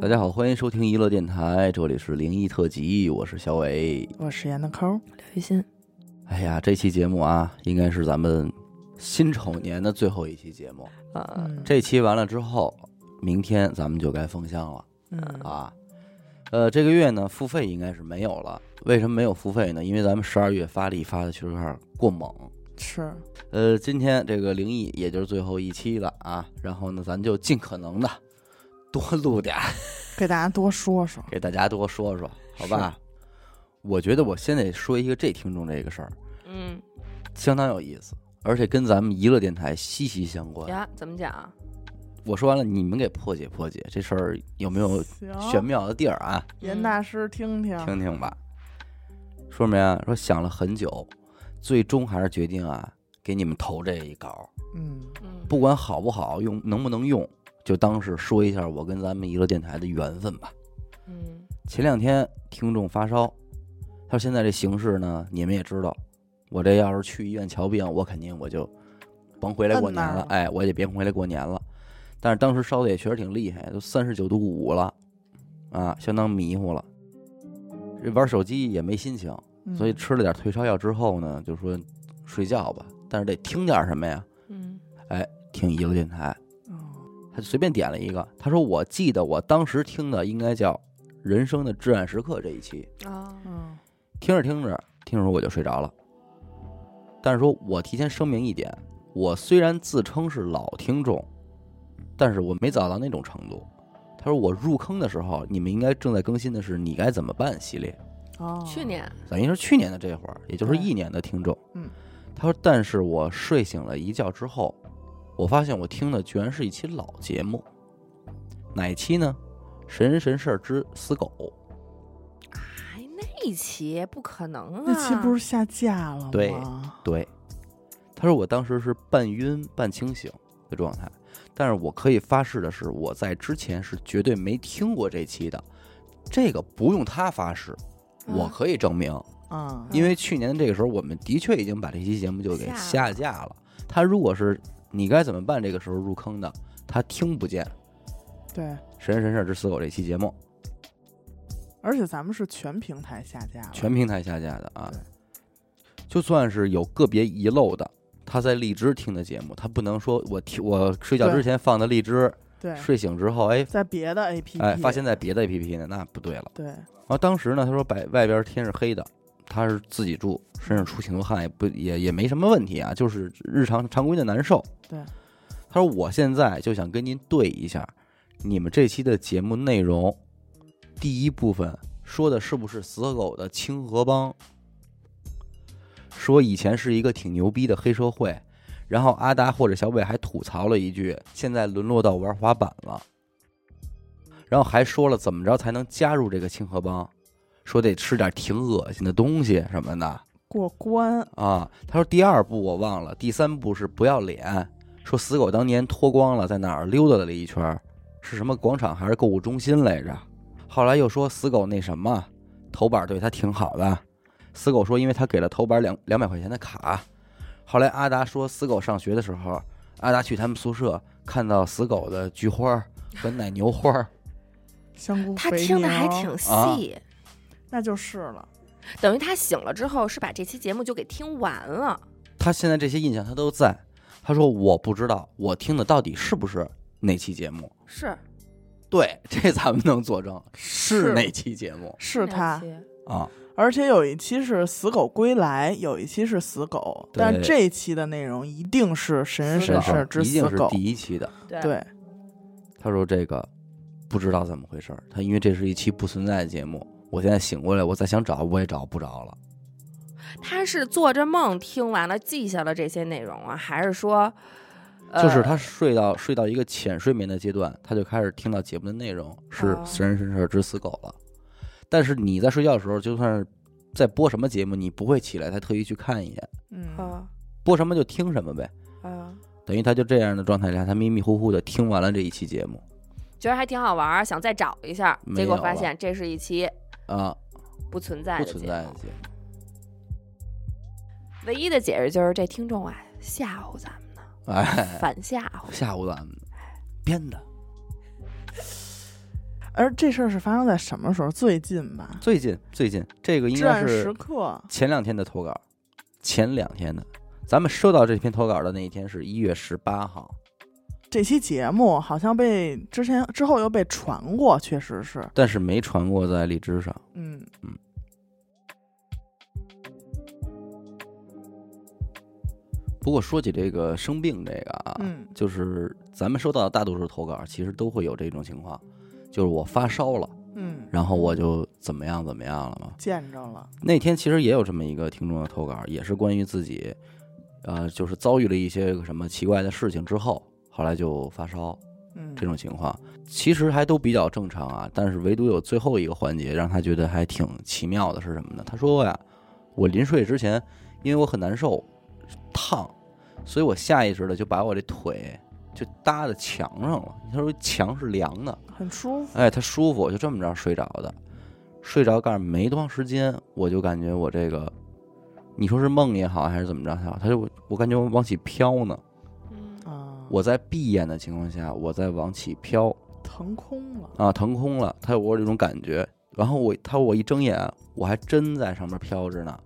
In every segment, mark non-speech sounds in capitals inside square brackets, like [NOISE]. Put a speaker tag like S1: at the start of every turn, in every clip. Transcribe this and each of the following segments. S1: 大家好，欢迎收听娱乐电台，这里是灵异特辑，我是小伟。
S2: 我是严的抠，
S3: 刘雨欣，
S1: 哎呀，这期节目啊，应该是咱们辛丑年的最后一期节目。
S3: 啊，
S1: 呃这期完了之后，明天咱们就该封箱了
S2: 嗯
S1: 啊。呃，这个月呢，付费应该是没有了。为什么没有付费呢？因为咱们十二月发力发的确实有点过猛。
S2: 是
S1: 呃，今天这个灵异也就是最后一期了啊，然后呢，咱就尽可能的多录点儿，
S2: 给大家多说说，
S1: 给大家多说说，好吧？我觉得我先得说一个这听众这个事儿，
S3: 嗯
S1: 相当有意思，而且跟咱们娱乐电台息息相关。
S3: 呀，怎么讲？
S1: 我说完了，你们给破解破解这事儿有没有玄
S2: 行，
S1: 妙的地儿啊？
S2: 严大师听听，
S1: 听听吧。说什么呀？说想了很久，最终还是决定啊，给你们投这一稿，
S2: 嗯，
S3: 嗯，
S1: 不管好不好用，能不能用，就当是说一下我跟咱们娱乐电台的缘分吧。
S3: 嗯
S1: 前两天听众发烧，他说现在这形势呢，你们也知道，我这要是去医院瞧病，我肯定我就甭回来过年
S2: 摁那
S1: 了
S2: 儿，了
S1: 哎，我也别回来过年了。但是当时烧的也确实挺厉害，都三十九度五了，啊，相当迷糊了。这玩手机也没心情，
S2: 嗯
S1: 所以吃了点退烧药之后呢，就说睡觉吧，但是得听点什么呀？
S3: 嗯
S1: 听娱乐电台，
S2: 哦
S1: 他就随便点了一个，他说我记得我当时听的应该叫《人生的至暗时刻》这一期，
S3: 啊，
S2: 嗯
S1: 听着听着，听着我就睡着了。但是说我提前声明一点，我虽然自称是老听众，但是我没早到那种程度。他说我入坑的时候，你们应该正在更新的是《你该怎么办》系列，
S2: 哦，
S3: 去年
S1: 等于是去年的这会儿，也就是
S2: 对
S1: 一年的听众。
S2: 嗯，
S1: 他说，但是我睡醒了一觉之后，我发现我听的居然是一期老节目，哪一期呢？神人神事儿之死狗。
S3: 哎，那一期不可能啊，
S2: 那期不是下架了吗？
S1: 对对，他说我当时是半晕半清醒的状态，但是我可以发誓的是，我在之前是绝对没听过这期的，这个不用他发誓，我
S3: 啊
S1: 可以证明，
S2: 啊，
S1: 因为去年这个时候我们的确已经把这期节目就给
S3: 下
S1: 下架了。他如果是你该怎么办这个时候入坑的，他听不见《
S2: 对，
S1: 神人神事儿之死狗》这期节目，
S2: 而且咱们是全平台下架了，
S1: 全平台下架的啊
S2: 对。
S1: 就算是有个别遗漏的，他在荔枝听的节目，他不能说我听我睡觉之前放的荔枝，
S2: 对，
S1: 睡醒之后，哎
S2: 在别的 APP
S1: 哎，发现在别的 APP 呢，那不对了。
S2: 对，
S1: 然后当时呢，他说白外边天是黑的，他是自己住，身上出挺多汗，也不也也没什么问题啊，就是日常常规的难受。
S2: 对，
S1: 他说我现在就想跟您对一下，你们这期的节目内容，第一部分说的是不是死狗的清河帮？说以前是一个挺牛逼的黑社会，然后阿达或者小北还吐槽了一句，现在沦落到玩滑板了。然后还说了怎么着才能加入这个清河帮，说得吃点挺恶心的东西什么的
S2: 过关，
S1: 啊。他说第二部我忘了，第三部是不要脸，说死狗当年脱光了在哪儿溜达了一圈儿，是什么广场还是购物中心来着？后来又说死狗那什么头板对他挺好的，死狗说因为他给了头板两两百块钱的卡。后来阿达说死狗上学的时候，阿达去他们宿舍看到死狗的菊花儿和奶牛花儿。
S2: 香菇
S3: 他
S2: 肥
S3: 听的还
S2: 牛
S3: 挺
S1: 啊
S3: 细，
S2: 那就是了，
S3: 等于他醒了之后是把这期节目就给听完了。
S1: 他现在这些印象他都在。他说我不知道我听的到底是不是那期节目，
S3: 是
S1: 对，这咱们能作证是
S2: [LAUGHS] 是
S1: 那期节目
S2: 是他。
S1: 啊。
S2: 而且有一期是死狗归来，有一期是死狗，
S1: 对
S2: 但这一期的内容一定是神人
S3: 死
S2: 神
S3: 狗
S2: 事之
S1: 啊一
S2: 死
S1: 定是
S2: 狗
S1: 第，一期的。
S3: 对，
S2: 对，
S1: 他说这个不知道怎么回事儿，他因为这是一期不存在的节目，我现在醒过来，我再想找我也找不着了。
S3: 他是做着梦听完了记下了这些内容啊，还是说，呃
S1: 就是他睡到睡到一个浅睡眠的阶段，他就开始听到节目的内容是
S3: 哦
S1: 《死人神事之死狗》了。但是你在睡觉的时候，就算是在播什么节目，你不会起来再特意去看一眼，
S2: 嗯，
S3: 啊
S1: 播什么就听什么呗。
S3: 啊，
S1: 等于他就这样的状态下，他迷迷糊糊的听完了这一期节目
S3: 觉得还挺好玩儿，想再找一下，
S1: 没
S3: 结果
S1: 有
S3: 发
S1: 了
S3: 现这是一期
S1: 啊，
S3: 不存在
S1: 不
S3: 的
S1: 存
S3: 节
S1: 在
S3: 目
S1: 的节目。
S3: 唯一的解释就是这听众啊吓唬咱们呢，
S1: 哎，
S3: 反吓唬。
S1: 吓唬咱们编的，
S2: 而这事儿是发生在什么时候？最近吧，
S1: 最近最近这个应
S2: 至
S1: 该
S2: 暗
S1: 是
S2: 时刻，
S1: 前两天的投稿，前两天的，咱们收到这篇投稿的那一天是一月十八号，
S2: 这期节目好像被之前之后又被传过，确实是，
S1: 但是没传过在荔枝上。
S2: 嗯
S1: 嗯。不过说起这个生病这个啊，
S2: 嗯
S1: 就是咱们收到的大多数投稿，其实都会有这种情况，就是我发烧了，
S2: 嗯，
S1: 然后我就怎么样怎么样了嘛。
S2: 见着了，
S1: 那天其实也有这么一个听众的投稿，也是关于自己，呃，就是遭遇了一些什么奇怪的事情之后，后来就发烧，
S2: 嗯，
S1: 这种情况，其实还都比较正常啊。但是唯独有最后一个环节让他觉得还挺奇妙的是什么呢？他说呀，我临睡之前，因为我很难受，烫，所以我下意识的就把我这腿就搭在墙上了。他说墙是凉的，
S2: 很舒服，
S1: 哎，他舒服，我就这么着睡着的。睡着干没多长时间，我就感觉我这个，你说是梦也好还是怎么着也好，他就我感觉我往起飘呢。
S3: 嗯
S2: 啊，
S1: 我在闭眼的情况下，我在往起飘。
S2: 腾空了，
S1: 啊，腾空了，他有我有这种感觉。然后我他我一睁眼，我还真在上面飘着呢。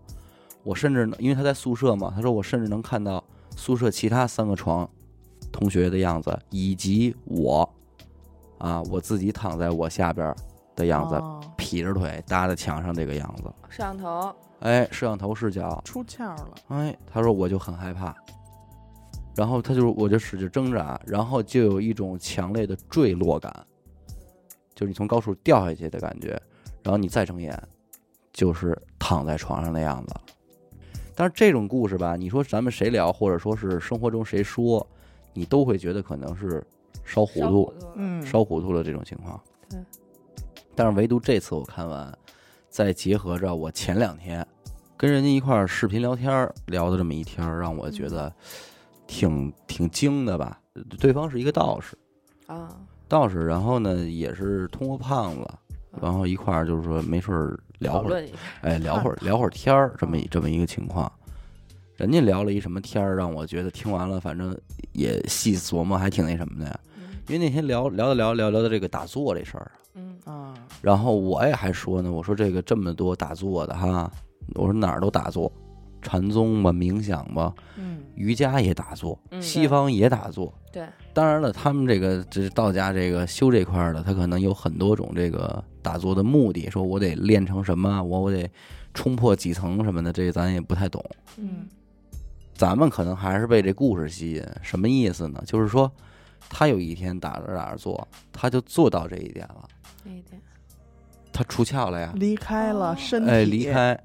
S1: 我甚至能因为他在宿舍嘛，他说我甚至能看到宿舍其他三个床同学的样子，以及我啊我自己躺在我下边的样子，
S2: 哦
S1: 劈着腿搭在墙上这个样子。
S3: 摄像头，
S1: 哎，摄像头视角，
S2: 出窍了，
S1: 哎，他说我就很害怕，然后他就我就使劲挣扎，然后就有一种强烈的坠落感，就是你从高处掉下去的感觉，然后你再睁眼，就是躺在床上的样子。但是这种故事吧，你说咱们谁聊，或者说是生活中谁说，你都会觉得可能是烧糊
S3: 烧
S1: 涂，
S3: 糊涂，
S2: 嗯，
S1: 烧糊涂了这种情况。
S3: 对。
S1: 但是唯独这次我看完，再结合着我前两天跟人家一块儿视频聊天儿聊的这么一天儿，让我觉
S3: 嗯
S1: 得挺挺惊的吧。对方是一个道士，
S3: 啊，
S1: 道士，然后呢也是通过胖子，然后一块儿就是说没事儿聊
S3: 嗯讨
S1: 会儿，
S3: 论嗯一下，
S1: 哎，聊
S3: [LAUGHS]
S1: 会儿
S2: 探讨
S1: 聊会儿天儿，这么一这么一个情况。人家聊了一什么天儿，让我觉得听完了，反正也细琢磨，还挺那什么的呀。
S3: 嗯
S1: 因为那天聊聊着聊聊聊到这个打坐这事儿，
S3: 嗯
S2: 啊，
S1: 然后我也还说呢，我说这个这么多打坐的哈，我说哪儿都打坐，禅宗吧、冥想吧、
S2: 嗯，
S1: 瑜伽也打坐，
S3: 嗯
S1: 西方也打坐。
S3: 对，
S1: 当然了，他们这个这道家这个修这块儿的，他可能有很多种这个打坐的目的，说我得练成什么，我我得冲破几层什么的，这咱也不太懂。
S2: 嗯
S1: 咱们可能还是被这故事吸引，什么意思呢？就是说，他有一天打着打着坐，他就做到这一点了，
S3: 那一点，
S1: 他出窍了呀。
S2: 离开了
S3: 哦
S2: 身体，
S1: 哎，离，开。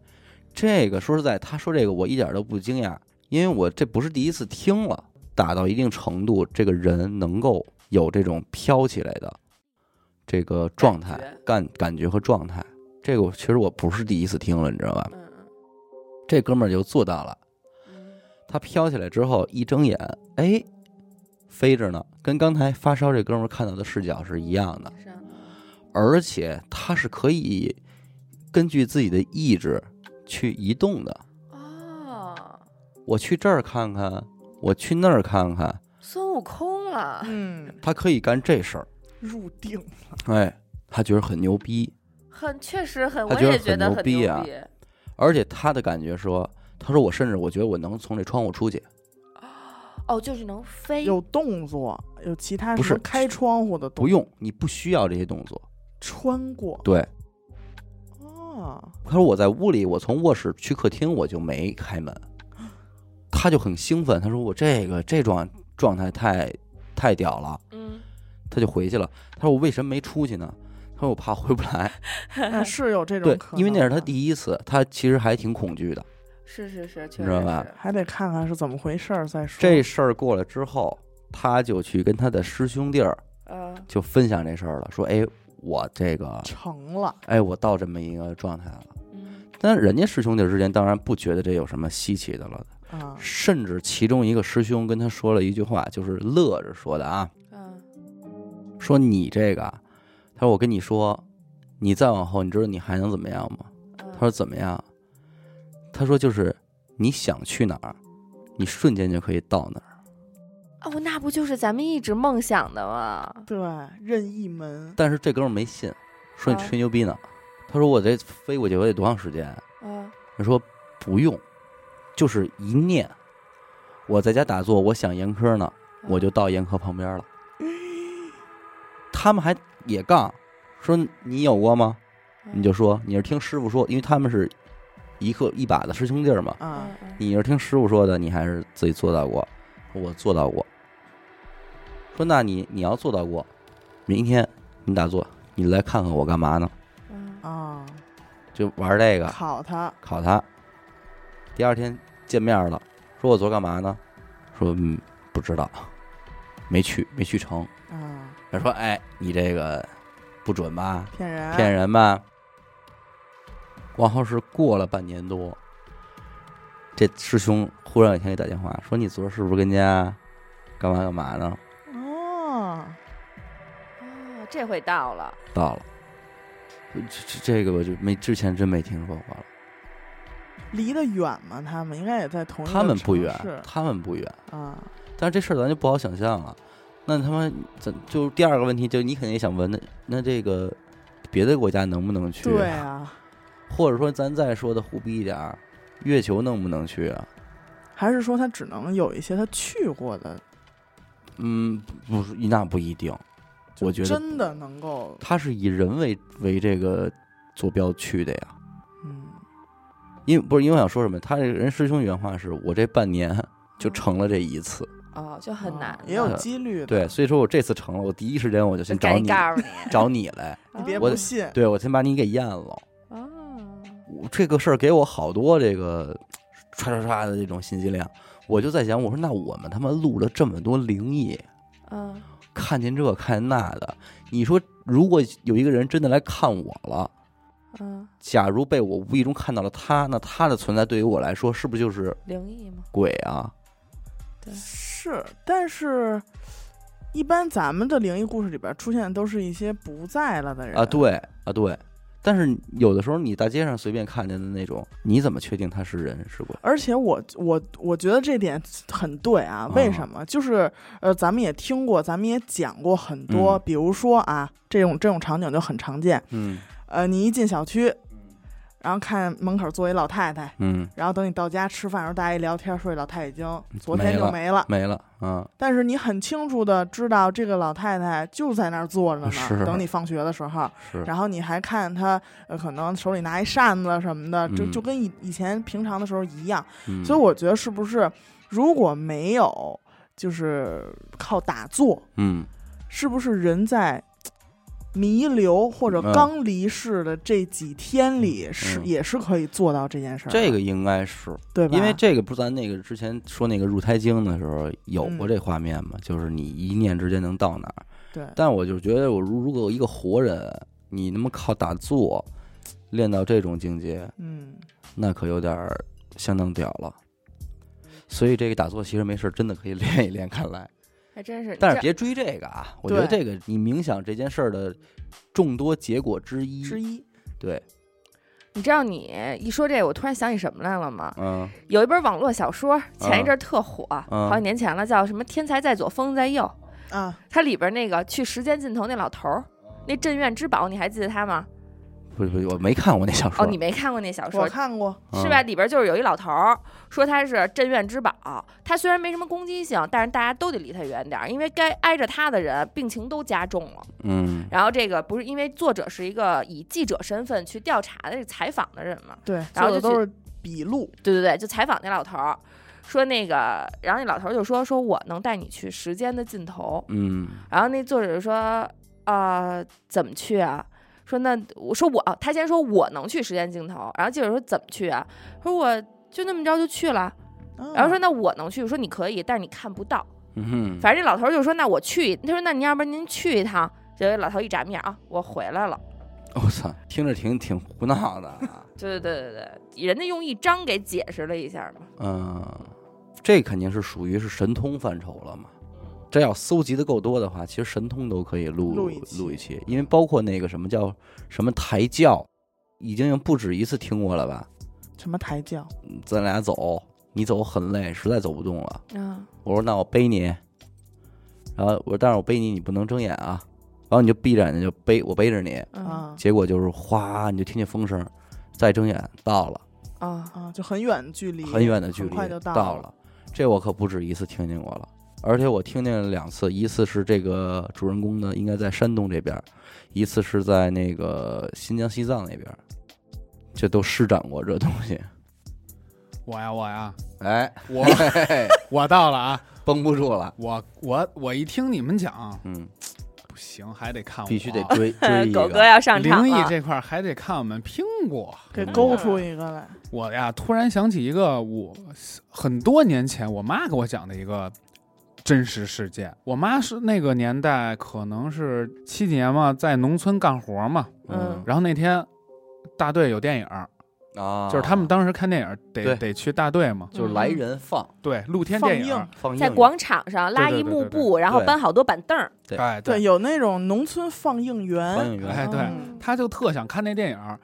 S1: 这个说实在，他说这个我一点都不惊讶，因为我这不是第一次听了。打到一定程度，这个人能够有这种飘起来的这个状态、感感觉和状态，这个我其实我不是第一次听了，你知道吧？
S3: 嗯
S1: 这哥们儿就做到了。
S3: 嗯
S1: 他飘起来之后，一睁眼，哎，飞着呢，跟刚才发烧这哥们儿看到的视角是一样的。
S3: 嗯，摄像头，
S1: 而且它是可以根据自己的意志去移动的。
S3: 哦，
S1: 我去这儿看看，我去那儿看看，
S3: 孙悟空了，
S2: 嗯，
S1: 他可以干这事儿。
S2: 入定，
S1: 哎，他觉得很牛逼，
S3: 很确实很，
S1: 他
S3: 我
S1: 觉得
S3: 也觉
S1: 很
S3: 得
S1: 牛
S3: 很
S1: 逼
S3: 牛
S1: 啊
S3: 逼，
S1: 而且他的感觉说，他说我甚至我觉得我能从这窗户出去，
S3: 哦，就是能飞，
S2: 有动作，有其他
S1: 不
S2: 什么
S1: 是
S2: 开窗户的动
S1: 不用你不需要这些动作。
S2: 穿过，
S1: 对，
S2: 哦，
S1: 他说我在屋里，我从卧室去客厅我就没开门，他就很兴奋，他说我这个这状状态太太屌了。
S3: 嗯，
S1: 他就回去了。他说我为什么没出去呢？他说我怕回不来。
S2: 那
S3: 嗯
S2: 是有这种
S1: 对
S2: 可，能，
S1: 因为那是他，第一次，他其实还挺恐惧的。
S3: [LAUGHS] 是是是，
S1: 你
S3: 确实
S1: 知道吧
S3: 是？
S2: 还得看看是怎么回事儿再说，
S1: 这事儿过了之后，他就去跟他的师兄弟儿
S3: 嗯
S1: 就分享这事儿了，说哎，我这个，
S2: 成了，
S1: 哎，我到这么一个状态了。
S3: 嗯
S1: 但人家师兄弟之间当然不觉得这有什么稀奇的了，
S2: 啊，
S1: 甚至其中一个师兄跟他说了一句话，就是乐着说的啊，
S3: 嗯，
S1: 说你这个，他说我跟你说，你再往后，你知道你还能怎么样吗？他说
S3: 嗯
S1: 怎么样？他说就是你想去哪儿，你瞬间就可以到哪儿。
S3: 哦，那不就是咱们一直梦想的吗？
S2: 对，任意门，
S1: 但是这哥们儿没信，说你
S3: 啊
S1: 吹牛逼呢。他说我这飞过去我得多长时间？
S3: 嗯，
S1: 他说不用，就是一念。我在家打坐，我想严科呢，
S3: 嗯
S1: 我就到严科旁边了。他们还也杠，说你有过吗？
S3: 啊
S1: 你
S3: 嗯
S1: 就说你是听师傅说，因为他们是一个一把的师兄弟儿嘛。
S2: 啊，
S3: 嗯，嗯
S1: 你是听师傅说的，你还是自己做到过？我做到过。说那你你要做到过，明天你打坐，你来看看我干嘛呢？
S3: 嗯
S2: 啊，
S1: 就玩这个，
S2: 考他，
S1: 考他。第二天见面了，说我昨儿干嘛呢？说嗯不知道，没去没去成。
S2: 啊，
S1: 他说哎你这个不准吧，
S2: 骗人，
S1: 骗人吧。然后是过了半年多，这师兄忽然有一天给打电话说：“你昨儿是不是跟家干嘛干嘛呢
S2: 哦，
S3: 哦，这回到了，？”
S1: 到了，这这这个我就没之前真没听说过了。
S2: 离得远吗？他们应该也在同一个
S1: 他们不
S2: 城
S1: 远
S2: 市，
S1: 他们不远，
S2: 啊，
S1: 但是这事儿咱就不好想象了。那他妈怎就第二个问题，就你肯定也想问，那那这个别的国家能不能去？
S2: 对啊，
S1: 或者说咱再说的胡逼一点儿，月球能不能去啊？
S2: 还是说他只能有一些他去过的，
S1: 嗯，不是，那不一定。
S2: 就
S1: 我觉得
S2: 真的能够，
S1: 他是以人为为这个坐标去的呀。
S2: 嗯，
S1: 因为不是因为我想说什么，他这个人师兄原话是我这半年就成了这一次，
S3: 哦，就很
S2: 啊
S3: 难的，
S2: 也有几率的，
S1: 对，所以说我这次成了，我第一时间我就先找
S3: 赶紧
S1: 你
S3: 告诉
S1: [LAUGHS]
S3: 你，啊
S1: 找你来，
S2: 你别
S1: 我
S2: 不信，
S1: 对我先把你给验了。
S3: 哦，
S1: 我这个事儿给我好多这个唰唰唰的这种信息量，我就在想，我说那我们他妈录了这么多灵异，
S3: 嗯，
S1: 看见这看见那的，你说如果有一个人真的来看我了。
S3: 嗯，
S1: 假如被我无意中看到了他，那他的存在对于我来说是不是就是
S3: 灵异吗？
S1: 鬼啊？
S2: 是，但是。一般咱们的灵异故事里边出现的都是一些不在了的人
S1: 啊，，对啊，对。但是有的时候你大街上随便看见的那种，你怎么确定他是人是鬼？
S2: 而且我我我觉得这点很对啊
S1: 啊，
S2: 为什么？就是呃，咱们也听过，咱们也讲过很多，
S1: 嗯
S2: 比如说啊，这种这种场景就很常见。
S1: 嗯
S2: 呃，你一进小区，然后看门口坐一老太太，
S1: 嗯，
S2: 然后等你到家吃饭的时候，大家一聊天，说这老太太已经昨
S1: 没
S2: 天就
S1: 了
S2: 没了，
S1: 没了啊，
S2: 但是你很清楚的知道这个老太太就在那儿坐着
S1: 是
S2: 呢，等你放学的时候。
S1: 是
S2: 然后你还看她，呃，可能手里拿一扇子什么的，就
S1: 嗯
S2: 就跟以以前平常的时候一样。
S1: 嗯
S2: 所以我觉得是不是如果没有就是靠打坐，
S1: 嗯
S2: 是不是人在嘖弥留或者
S1: 嗯
S2: 刚离世的这几天里是、
S1: 嗯
S2: 也是可以做到这件事儿的，
S1: 这个应该是，
S2: 对吧？
S1: 因为这个不是咱那个之前说那个入胎经的时候有过
S2: 嗯
S1: 这画面嘛，就是你一念之间能到哪儿。
S2: 对
S1: 但我就觉得，我如如果有一个活人，你那么靠打坐练到这种境界，
S2: 嗯，
S1: 那可有点儿相当屌了。所以这个打坐其实没事儿，真的可以练一练。看来，
S3: 还真是，
S1: 但是
S3: 这
S1: 别追这个啊！我觉得
S2: 对
S1: 这个你冥想这件事儿的众多结果之一。
S2: 之一
S1: 对，
S3: 你知道你一说这，我突然想起什么来了吗？
S1: 嗯
S3: 有一本网络小说，前一阵儿特火，
S1: 嗯
S3: 好几年前了，叫什么《天才在左，疯子在右》。
S2: 啊，
S3: 它里边那个去时间尽头那老头儿，那镇院之宝，你还记得他吗？
S1: 不是不是，我没看过那小说。
S3: 哦，你没看过那小
S2: 我
S3: 说。
S2: 看过，
S1: 嗯
S3: 是吧？？里边就是有一老头儿，说他是镇院之宝。他虽然没什么攻击性，但是大家都得离他远点儿，因为该挨着他的人病情都加重了。
S1: 嗯
S3: 然后这个不是因为作者是一个以记者身份去调查的、采访的人嘛？
S2: 对，
S3: 然
S2: 做
S3: 后
S2: 的
S3: 就
S2: 都是笔录，
S3: 对对对，就采访那老头儿，说那个，然后那老头儿就说说我能带你去时间的尽头。
S1: 嗯
S3: 然后那作者就说啊、怎么去啊？说那我说我，他先说我能去时间尽头，然后记者说怎么去啊？说我就那么着就去了。然后说
S2: 啊
S3: 那我能去，我说你可以，但是你看不到。
S1: 嗯哼，
S3: 反正这老头儿就说那我去，他说那您要不然您去一趟。结果老头一眨眼啊，我回来了。
S1: 我操，听着挺挺胡闹的啊。
S3: 对对对对对，人家用一章给解释了一下嘛。
S1: 嗯，这肯定是属于是神通范畴了嘛。这要搜集的够多的话，其实神通都可以录
S2: 录一期
S1: 录一期，因为包括那个什么叫什么抬轿，已经有不止一次听过了吧？
S2: 什么抬轿，
S1: 咱俩走，你走很累，实在走不动了，
S3: 啊，
S1: 我说那我背你，然后我说但是我背你，你不能睁眼啊，然后你就闭着眼睛就背我背着你，
S3: 嗯
S2: 啊
S1: 结果就是哗，你就听见风声，再睁眼到了，
S3: 啊，
S2: 啊，就很远的距离，
S1: 很远的距离
S2: 很快就
S1: 到
S2: 到了。
S1: 这我可不止一次听见过了，而且我听见了两次，一次是这个主人公呢应该在山东这边，一次是在那个新疆西藏那边，这都施展过这东西。
S4: 我呀我呀，
S1: 哎，
S4: 我
S1: 嘿嘿
S4: 我到了啊！
S1: 绷不住了，
S4: 我我我一听你们讲，
S1: 嗯，
S4: 不行，还得看我，
S1: 必须得追追一
S3: 呃狗哥
S4: 嗯
S1: 个。
S3: 要哦上场
S4: 灵异
S3: 了，
S4: 这块儿还得看我们苹果。
S2: 给
S1: 嗯
S2: 勾出一个来，
S4: 我呀，突然想起一个我很多年前我妈给我讲的一个真实事件。我妈是那个年代，可能是七几年嘛，在农村干活嘛。
S1: 嗯
S4: 然后那天大队有电影儿，
S1: 啊，
S4: 就是他们当时看电影儿
S1: 对
S4: 得得去大队
S3: 嗯
S4: 嘛，
S1: 就是来人放
S4: 对，露天电影儿，
S1: 放映
S3: 在广场上拉
S4: 对对
S3: 一
S4: 对
S3: 幕
S4: 对对
S3: 布，然后
S1: 对
S3: 搬好多板凳儿，
S1: 对
S4: 哎
S2: 对，，有那种农村放映
S1: 放
S2: 员，
S1: 映
S4: 哎
S1: 员，
S4: 对
S2: 嗯
S4: 他就特想看那电影儿，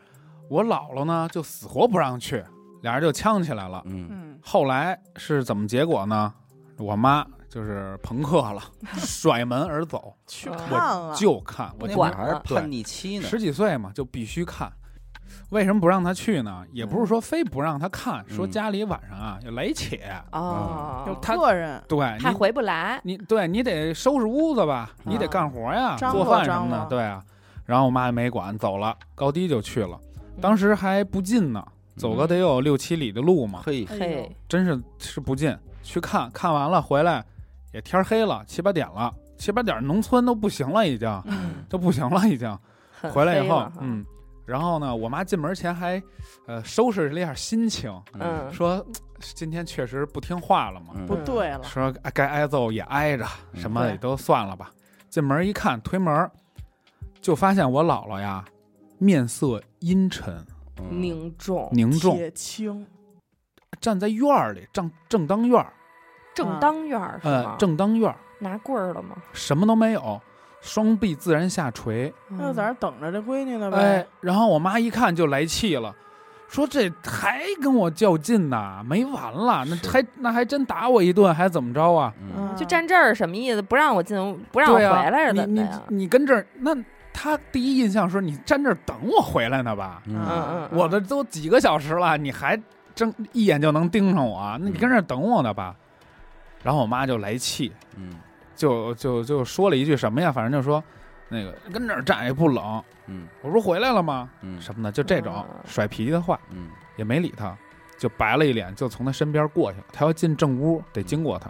S4: 我姥姥呢就死活不让去，俩人就呛起来了。
S1: 嗯，
S2: 嗯，
S4: 后来是怎么结果呢？我妈就是朋克了，甩门而走，
S2: 去
S3: 我
S2: 看
S4: 我
S2: 了，
S4: 哦就看，
S1: 那
S4: 我就
S1: 会
S3: 管
S1: 儿还是
S3: 了
S1: 叛逆期呢，
S4: 十几岁嘛，就必须看。为什么不让她去呢？也不是说非不让她看，说
S1: 嗯
S4: 家里晚上啊要来且，
S3: 哦，
S2: 有
S4: 他
S2: 客人，
S4: 对
S3: 怕
S4: 你
S3: 回不来，
S4: 你对你得收拾屋子吧，你得
S3: 啊
S4: 干活呀，
S2: 张
S4: 做
S2: 罗
S4: 饭什
S2: 张
S4: 么的，
S2: 罗
S4: 对啊。然后我妈也没管，走了，高低就去了。
S3: 嗯
S4: 当时还不近呢，走个得有六七里的路嘛，
S1: 嘿，
S2: 哎呦
S3: 嘿，
S4: 真是是不近。去看看完了回来，也天儿黑了，七八点了，七八点农村都不行了，已经
S3: 嗯
S4: 都不行了，已经。
S3: [LAUGHS] 很
S4: 回来以
S3: 黑
S4: 后
S3: 了哈，
S4: 嗯，然后呢，我妈进门前还，呃，收拾了一下心情，
S3: 嗯，
S4: 说今天确实不听话了嘛，
S1: 嗯
S2: 不对了，
S4: 说该挨揍也挨着，
S1: 嗯
S4: 什么也都算了吧。进门一看，推门儿就发现我姥姥呀，面色阴沉
S1: 嗯
S3: 凝重，
S4: 凝重，
S2: 铁青，
S4: 站在院儿里，正正当院儿，
S3: 正
S2: 啊
S3: 当院儿是
S4: 呃
S3: 吗，？
S4: 正当院儿，
S3: 拿棍儿了吗？
S4: 什么都没有，双臂自然下垂。
S2: 那就在那儿等着这闺女呢
S4: 嗯哎
S2: 呗，，
S4: 然后我妈一看就来气了，说这还跟我较劲呐，没完了，那
S1: 是
S4: 还那还真打我一顿，还怎么着啊？
S1: 嗯，
S3: 就站这儿什么意思？不让我进屋，不让我
S4: 对
S3: 回
S4: 啊，
S3: 来是怎
S4: 你
S3: 么
S4: 你
S3: 呀？
S4: 你跟这儿，那他第一印象说你站这儿等我回来呢吧？
S1: 嗯
S3: 嗯
S2: 啊
S3: 嗯，嗯
S4: 我这都几个小时了，你还睁一眼就能盯上我，啊
S3: 嗯
S4: 那你跟这儿等我呢吧？然后我妈就来气，
S1: 嗯
S4: 就就就说了一句什么呀，反正就说那个跟这儿站也不冷，
S1: 嗯
S4: 我不是回来了吗？
S1: 嗯
S4: 什么的，就这种
S3: 嗯
S4: 甩脾气的话
S1: 嗯
S4: 也没理他，就白了一脸，就从他身边过去了。他要进正屋，得经过他，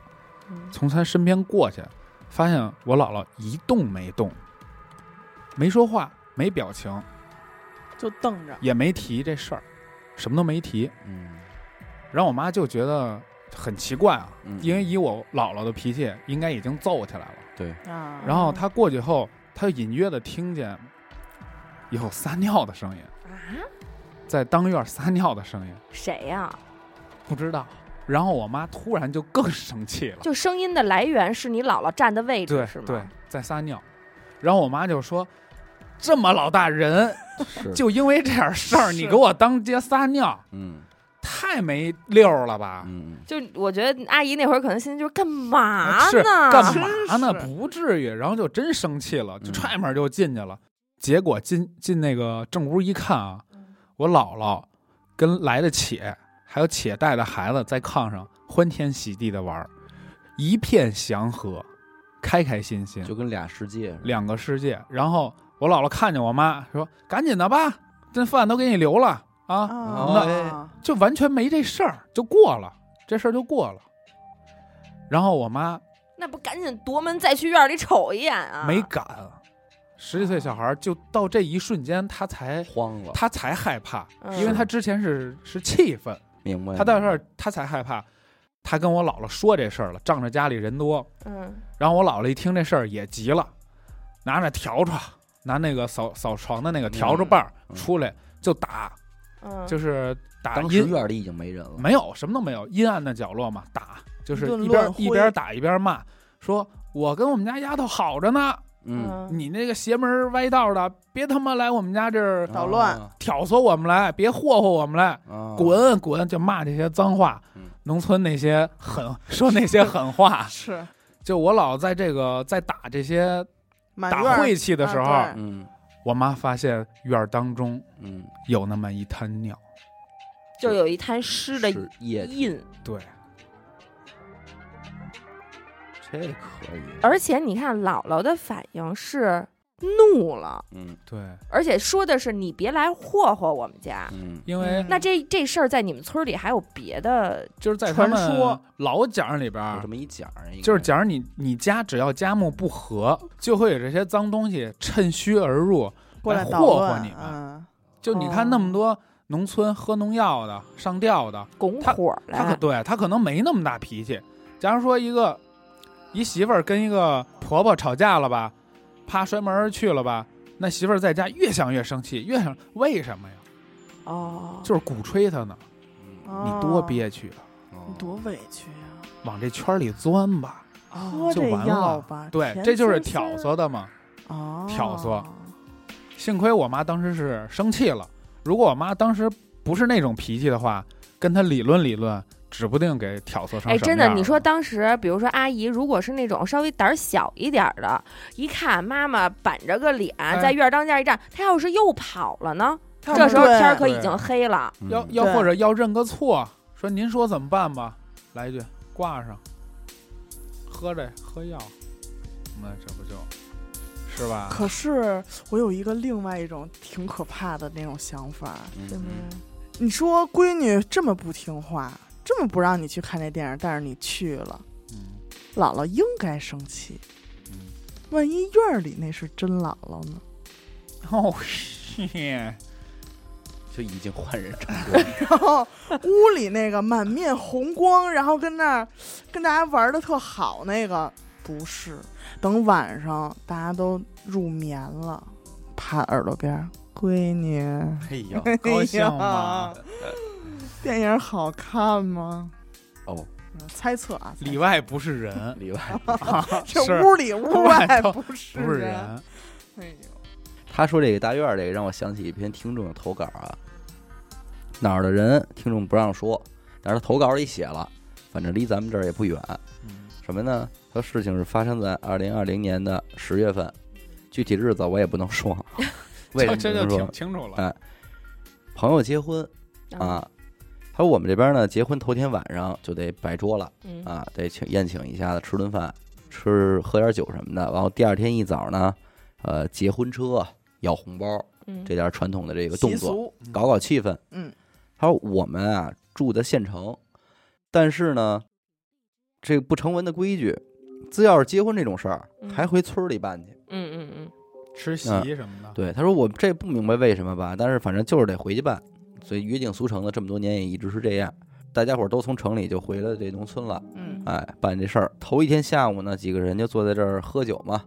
S3: 嗯
S4: 从他身边过去，发现我姥姥一动没动，没说话，没表情，
S2: 就瞪着，
S4: 也没提这事儿，什么都没提。
S1: 嗯
S4: 然后我妈就觉得很奇怪啊，
S1: 嗯，
S4: 因为以我姥姥的脾气，应该已经揍起来了。
S2: 啊，
S4: 然后她过去后，她就隐约的听见有撒尿的声音，嗯
S3: 啊，
S4: 在当院撒尿的声音，
S3: 谁呀？
S4: 不知道。然后我妈突然就更生气了，
S3: 就声音的来源是你姥姥站的位置
S4: 对
S3: 是吗？
S4: 对，在撒尿。然后我妈就说：“这么老大人，
S1: 嗯是
S4: 就因为这点事儿，你给我当街撒尿，
S1: 嗯
S4: 太没溜儿了吧？
S1: 嗯嗯
S3: 就我觉得阿姨那会儿可能心里就是干嘛
S4: 啊是
S3: 呢？
S4: 干嘛呢？
S2: 真是
S4: 不至于。”然后就真生气了，就
S1: 嗯
S4: 踹门就进去了。结果进进那个正屋一看啊，我姥姥跟来的且还有且带的孩子在炕上欢天喜地的玩儿，一片祥和，开开心心。
S1: 就跟俩世界似的，
S4: 两个世界。然后我姥姥看见我妈说：“赶紧的吧，这饭都给你留了啊！”
S1: 那
S2: 啊，
S4: 就完全没这事儿，就过了，这事儿就过了。然后我妈
S3: 那不赶紧夺门再去院里瞅一眼啊？
S4: 没敢，十几岁小孩儿就到这一瞬间，她才
S1: 慌了，
S4: 她才害怕，
S3: 嗯
S4: 因为她之前是是气愤，
S1: 明白了？
S4: 她到这儿她才害怕。她跟我姥姥说这事儿了，仗着家里人多，
S3: 嗯
S4: 然后我姥姥一听这事儿也急了，拿着笤帚，拿那个扫扫床的那个笤帚把儿
S1: 嗯嗯
S4: 出来就打，
S3: 嗯，
S4: 就是打
S1: 当时
S4: 阴，
S1: 院里已经没人了，
S4: 没有什么都没有，阴暗的角落嘛，打就是
S2: 一顿
S4: 一边
S2: 乱挥
S4: 一边打一边骂，说我跟我们家丫头好着呢，
S1: 嗯，
S4: 你那个邪门歪道的，别他妈来我们家这儿
S2: 捣乱
S1: 啊，
S4: 挑唆我们来，别霍霍我们来。
S1: 啊，
S4: 滚滚就骂这些脏话
S1: 嗯，
S4: [LAUGHS]
S2: [LAUGHS]
S4: 农村那些狠说那些狠话，
S2: 是
S4: 就我老在这个在打这些
S2: 满
S4: 打
S2: 院儿
S4: 晦气的时候，
S2: 啊对
S1: 嗯
S4: 我妈发现院儿当中
S1: 嗯，
S4: 有那么一滩尿。
S3: 就有一滩湿的
S1: 是液体，
S3: 印，
S4: 对，
S1: 这可以，
S3: 而且你看姥姥的反应是怒了，
S1: 嗯
S4: 对，
S3: 而且说的是你别来霍霍我们家。
S1: 嗯
S4: 因为
S2: 嗯
S3: 那这这事儿在你们村儿里还有别的，
S4: 就是在他
S2: 传
S4: 们
S2: 说
S4: 老讲儿里边
S1: 有
S4: 儿
S1: 这，么一讲儿，应该
S4: 啊就是假如你你家只要家木不和，就会有这些脏东西趁虚而入。
S2: 过来
S4: 来
S2: 捣
S4: 霍霍
S2: 乱
S4: 你们
S2: 嗯
S4: 就你看那么多农村喝农药的、上吊的，
S3: 拱
S4: 他
S3: 火儿
S4: 他可
S3: 了，
S4: 对他可能没那么大脾气。假如说一个一媳妇儿跟一个婆婆吵架了吧，啪摔门而去了吧，那媳妇儿在家越想越生气，越想为什么呀？
S3: 哦，
S4: 就是鼓吹她呢，
S1: 嗯
S2: 嗯哦
S4: 你多憋屈啊，
S1: 哦
S2: 你多委屈呀！
S4: 往这圈里钻吧。
S2: 喝
S3: 哦
S2: 这
S4: 啊就完
S2: 药
S4: 了
S2: 吧，
S4: 对，
S2: 甜
S4: 这就是
S2: 丝丝
S4: 挑唆的嘛。
S2: 哦，
S4: 挑唆幸亏我妈当时是生气了，如果我妈当时不是那种脾气的话，跟她理论理论，指不定给挑唆成什么
S3: 哎，真的，
S4: 样
S3: 你
S4: 了
S3: 说当时，比如说阿姨，如果是那种稍微胆儿小一点儿的，一看妈妈板着个脸在院儿当间儿一站，她要是又跑了呢？
S4: 她
S3: 这时候
S2: 对
S3: 天儿可已经黑了。
S1: 嗯
S4: 要要
S2: 对
S4: 或者要认个错，说您说怎么办吧？来一句挂上，喝着喝药，那这不就是吧？
S2: 可是我有一个另外一种挺可怕的那种想法，
S1: 嗯
S3: 对吗
S2: 你说闺女这么不听话，这么不让你去看这电影，但是你去了，
S4: 嗯
S2: 姥姥应该生气。
S4: 嗯，
S2: 万一院儿里那是真姥姥
S3: [LAUGHS]
S2: 呢？
S4: 哦
S2: 哎
S4: 嘿，
S1: 就已经换人成功了， [LAUGHS]
S2: 然后屋里那个满面红光，然后跟那儿跟大家玩的特好那个不是。等晚上大家都入眠了，趴耳朵边儿，闺女，
S1: 哎呀，
S4: 高兴啊
S2: 哎
S4: 吗
S2: 呀？电影好看吗？
S1: 哦，，
S2: 嗯猜测啊，猜测
S4: 里外不是人
S1: 里外。
S2: [LAUGHS]
S1: [LAUGHS]
S2: 这
S4: 是
S2: 屋里屋外
S4: 都
S2: 不是
S4: 不是人，
S2: 哎呦，
S1: 他说这个大院儿这个让我想起一篇听众的投稿啊，哪儿的人听众不让说，但是他投稿里写了，反正离咱们这儿也不远。
S4: 嗯
S1: 什么呢？他说事情是发生在二零二零年的十月份，具体日子我也不能说，为什
S4: 这
S1: 么
S4: 这
S1: 不能
S4: 就
S1: 说
S4: 挺？清楚
S1: 哎
S4: 了。
S1: 朋友结婚啊，他说我们这边呢，结婚头天晚上就得摆桌了。
S3: 嗯，
S1: 啊，得请宴请一下子，吃顿饭，吃喝点酒什么的。然后第二天一早呢，呃，结婚车要红包，
S3: 嗯
S1: 这点传统的这个呃动
S2: 习
S1: 作，
S2: 俗，
S1: 搞搞气氛。
S2: 嗯，
S1: 他说我们啊住的县城，但是呢，这个不成文的规矩，只要是结婚这种事儿，还
S3: 嗯
S1: 回村儿里办去。
S3: 嗯嗯嗯，
S4: 吃席什么的，
S1: 对，他说我这不明白为什么吧，但是反正就是得回去办，所以约定俗成的这么多年也一直是这样。大家伙儿都从城里就回了这农村了。
S2: 嗯
S1: 哎，办这事儿。头一天下午呢，几个人就坐在这儿喝酒嘛，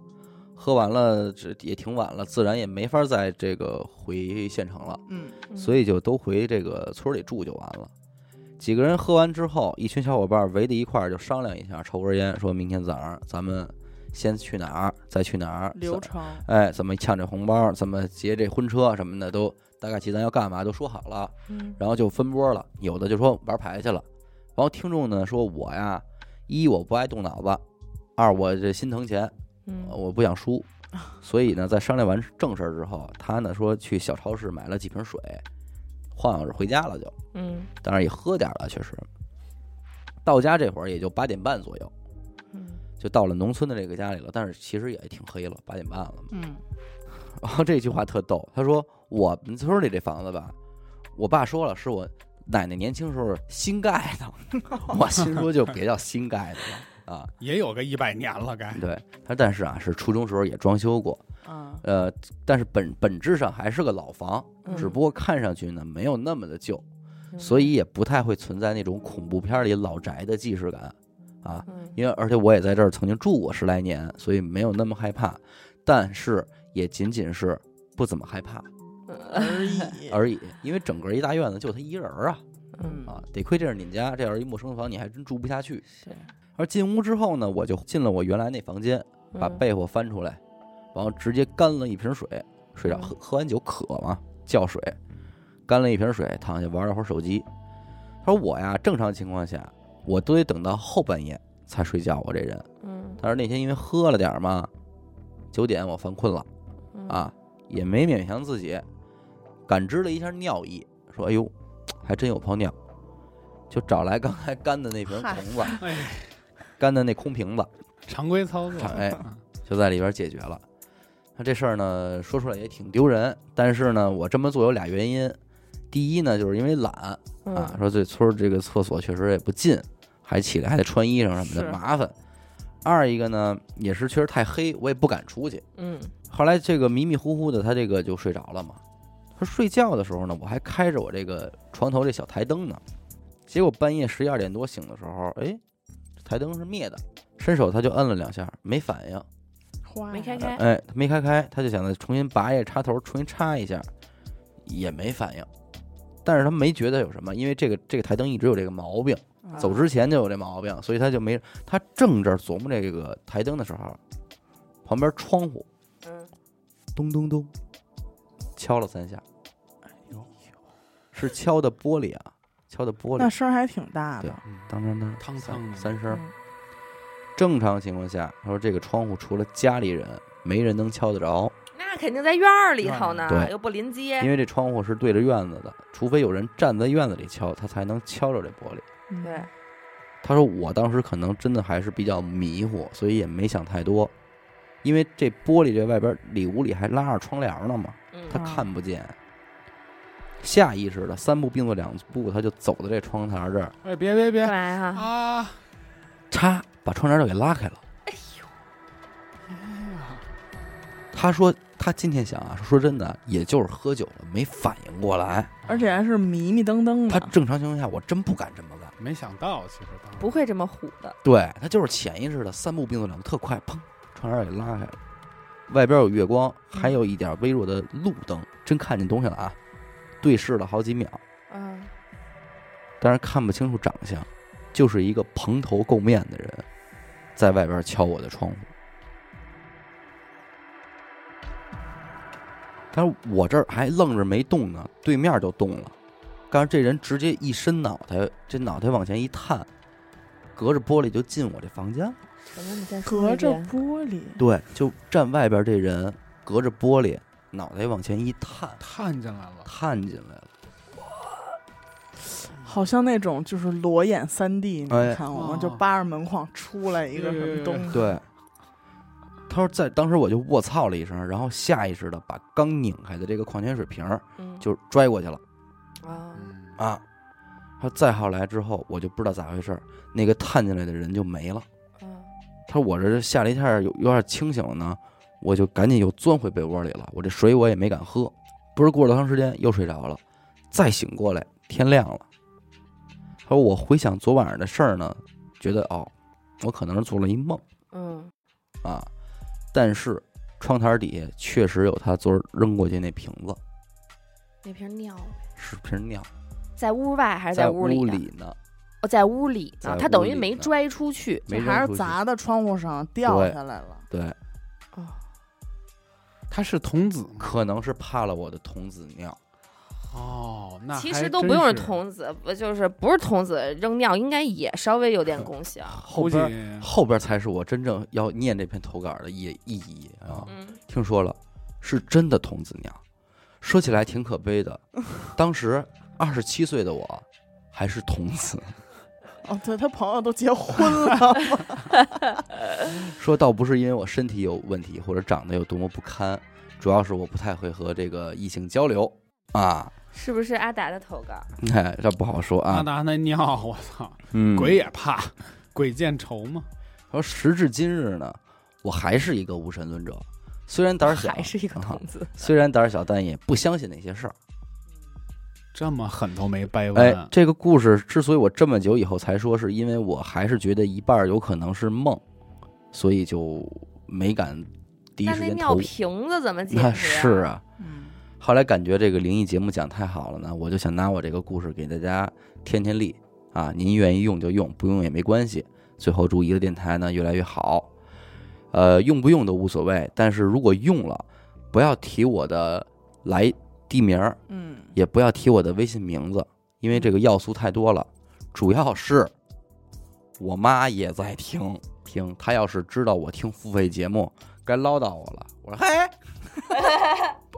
S1: 喝完了这也挺晚了，自然也没法在这个回县城了，
S2: 嗯，
S3: 嗯
S1: 所以就都回这个村里住就完了。几个人喝完之后，一群小伙伴围在一块儿就商量一下，抽根烟，说明天早上咱们先去哪儿，再去哪儿，
S2: 流程，
S1: 哎，怎么抢这红包，怎么劫这婚车什么的，都大概其咱要干嘛都说好了。
S3: 嗯
S1: 然后就分波了，有的就说玩牌去了，然后听众呢说我呀，一我不爱动脑子，二我这心疼钱，
S3: 嗯
S1: 我不想输，所以呢，在商量完正事儿之后，他呢说去小超市买了几瓶水，晃悠着回家了就，
S3: 嗯
S1: 当然也喝点儿了，确实。到家这会儿也就八点半左右，
S3: 嗯
S1: 就到了农村的这个家里了，但是其实也挺黑了，八点半了嘛。
S2: 嗯
S1: 然后这句话特逗，他说我们村里这房子吧，我爸说了是我奶奶年轻时候新盖的，
S3: [LAUGHS]
S1: 我心说就别叫新盖的了啊。
S4: 也有个一百年了，该
S1: 对，他说但是啊是初中时候也装修过，
S2: 啊，
S1: 呃，但是本本质上还是个老房，
S3: 嗯
S1: 只不过看上去呢没有那么的旧，
S3: 嗯
S1: 所以也不太会存在那种恐怖片里老宅的既视感啊。
S3: 嗯
S1: 因为而且我也在这儿曾经住过十来年，所以没有那么害怕，但是也仅仅是不怎么害怕
S2: 而已，
S1: 而已。因为整个一大院子就他一人儿啊
S3: 嗯
S1: 啊，得亏这是你们家，这要是一陌生房，你还真住不下去。
S3: 是
S1: 而进屋之后呢，我就进了我原来那房间，把
S3: 嗯
S1: 被窝翻出来，然后直接干了一瓶水，睡着
S3: 嗯
S1: 喝喝完酒渴嘛，叫水，干了一瓶水，躺下玩了会儿手机。他说我呀，正常情况下我都得等到后半夜才睡觉，我这人。
S3: 嗯
S1: 他但是那天因为喝了点儿嘛，九点我犯困了。
S3: 嗯，
S1: 啊，也没勉强自己，感知了一下尿意，说：“哎呦，还真有泡尿。”就找来刚才干的那瓶
S2: 嗨
S1: 瓶子，
S4: 哎，
S1: 干的那空瓶子，
S4: 常规操作，
S1: 哎，就在里边解决了。那这事儿呢，说出来也挺丢人，但是呢，我这么做有俩原因。第一呢，就是因为懒啊，
S3: 嗯
S1: 说这村儿这个厕所确实也不近，还起来还得穿衣裳什么
S2: 是
S1: 的，麻烦。二一个呢，也是确实太黑，我也不敢出去。
S3: 嗯
S1: 后来这个迷迷糊糊的，他这个就睡着了嘛。他睡觉的时候呢，我还开着我这个床头这小台灯呢。结果半夜十一二点多醒的时候，哎，台灯是灭的，伸手他就摁了两下，没反应，
S2: 坏
S3: 没开
S2: 了
S3: 开
S1: 哎，他没开开，他就想再重新拔一下插头，重新插一下，也没反应。但是他没觉得有什么，因为这个这个台灯一直有这个毛病，
S2: 嗯
S1: 走之前就有这毛病，所以他就没。他正这儿琢磨这个台灯的时候，旁边窗户
S3: 嗯，
S1: 咚咚咚，敲了三下。
S4: 哎呦
S1: 是敲的玻璃啊，敲的玻
S2: 那
S1: 璃，
S2: 声儿还挺大的，
S4: 嗯
S1: 当当当，
S4: 汤
S1: 三
S4: 汤的
S1: 三声儿。
S2: 嗯
S1: 正常情况下，他说这个窗户除了家里人，没人能敲得着，
S3: 那肯定在院儿里
S4: 院儿
S3: 头
S4: 里
S3: 呢，
S1: 对
S3: 又不临街
S1: 因。为这窗户是对着院子的，除非有人站在院子里敲，他才能敲着这玻璃。
S2: 嗯
S3: 对，
S1: 他说我当时可能真的还是比较迷糊，所以也没想太多，因为这玻璃这外边里屋里还拉着窗帘呢嘛，
S3: 嗯
S1: 他
S2: 啊
S1: 看不见。下意识的三步并作两步，他就走到这窗台这儿，
S4: 哎，别别
S3: 干
S4: 别
S3: 嘛呀？
S4: 啊！
S1: 嚓把窗帘就给拉开了。
S4: 哎呀，
S1: 他说他今天想啊，说真的，也就是喝酒了，没反应过来。
S2: 而且还是迷迷瞪瞪
S1: 他
S2: 的，
S1: 正常情况下，我真不敢这么干。
S4: 没想到，其实当时
S3: 不会这么虎的。
S1: 对他就是潜意识的三步并作两步，特快，砰，窗帘给拉开了。外边有月光，还有一点微弱的路灯，真看见东西了啊！对视了好几秒，
S3: 嗯，
S1: 但是看不清楚长相，就是一个蓬头垢面的人，在外边敲我的窗户。但是我这儿还愣着没动呢，对面就动了。但是这人直接一伸脑袋，这脑袋往前一探，隔着玻璃就进我这房间了。
S3: 什么？你再说
S2: 隔
S3: 一
S2: 着
S3: 遍
S2: 玻璃，
S1: 对，就站外边这人隔着玻璃，脑袋往前一探，
S4: 探进来了，
S1: 探进来了。
S2: 好像那种就是裸眼三 D，
S1: 哎
S2: 你看我
S4: 哦
S2: 们就扒着门框出来一个什
S1: [LAUGHS]
S2: 么东西，
S1: 对，他说在当时我就卧槽了一声，然后下意识的把刚拧开的这个矿泉水瓶儿
S3: 嗯，
S1: 就拽过去了
S3: 啊，
S4: 嗯
S1: 啊。他说再后来之后，我就不知道咋回事儿，那个探进来的人就没了。
S3: 嗯
S1: 他说我这吓了一跳，有有点清醒了呢，我就赶紧又钻回被窝里了。我这水我也没敢喝，不是过了长时间又睡着了，再醒过来天亮了。他说我回想昨晚上的事儿呢，觉得哦，我可能是做了一梦。
S3: 嗯，
S1: 啊，但是窗台底下确实有他昨儿扔过去那瓶子，
S3: 那瓶尿
S1: 是瓶尿，
S3: 在屋外还是
S1: 在
S3: 屋
S1: 屋
S3: 里呢？啊
S1: 里呢，
S3: 哦，在屋里
S1: 在
S3: 呢
S1: 屋，
S3: 他等于
S1: 里
S3: 没
S1: 呢
S3: 拽出去。
S1: 没扔
S2: 这还
S1: 出
S2: 是
S1: 去。
S2: 砸到窗户上掉下来了。
S1: 对，
S3: 哦，
S4: 他是童子吗？
S1: 可能是怕了我的童子尿，
S4: 哦，那
S3: 其
S4: 还
S3: 实都
S4: 真
S3: 不用
S4: 是
S3: 是，童子，不就是不是童子扔尿，应该也稍微有点功效。
S1: 后
S4: 估计
S1: 边后边才是我真正要念这篇投稿的意意义啊。
S3: 嗯，
S1: 听说了，是真的童子尿，说起来挺可悲
S3: [LAUGHS]
S1: 的，当时二十七岁的我还是童子。
S2: 哦，对他朋友都结婚了，
S1: 说倒不是因为我身体有问题或者长得有多么不堪，主要是我不太会和这个异性交流啊。
S3: 是不是阿达的投稿？
S1: 哎，这不好说
S4: 阿
S1: 啊。
S4: 达那尿，我操，
S1: 嗯，
S4: 鬼也怕，鬼见愁嘛。
S1: 说时至今日呢，我还是一个无神论者，虽 [LAUGHS] 然胆儿小，
S3: 还是一个
S1: 啊
S3: 童子？
S1: 虽然胆儿小，但也不相信那些事儿。
S4: 这么狠都没掰弯，
S1: 哎，这个故事之所以我这么久以后才说，是因为我还是觉得一半儿有可能是梦，所以就没敢第一
S3: 那
S1: 时
S3: 那
S1: 间
S3: 尿
S1: 投。
S3: 瓶子怎么解
S1: 那
S3: 释
S1: 是
S3: 呀？
S1: 啊，
S2: 嗯，
S1: 后来感觉这个灵异节目讲太好了呢，我就想拿我这个故事给大家添添力啊，您愿意用就用，不用也没关系。最后祝一个电台呢越来越好，呃，用不用都无所谓，但是如果用了，不要提我的来地名儿，
S2: 嗯，
S1: 也不要提我的微信名字，因为这个要素太多了。主要是我妈也在听，听，他要是知道我听付费节目，该唠叨我了。我说嘿，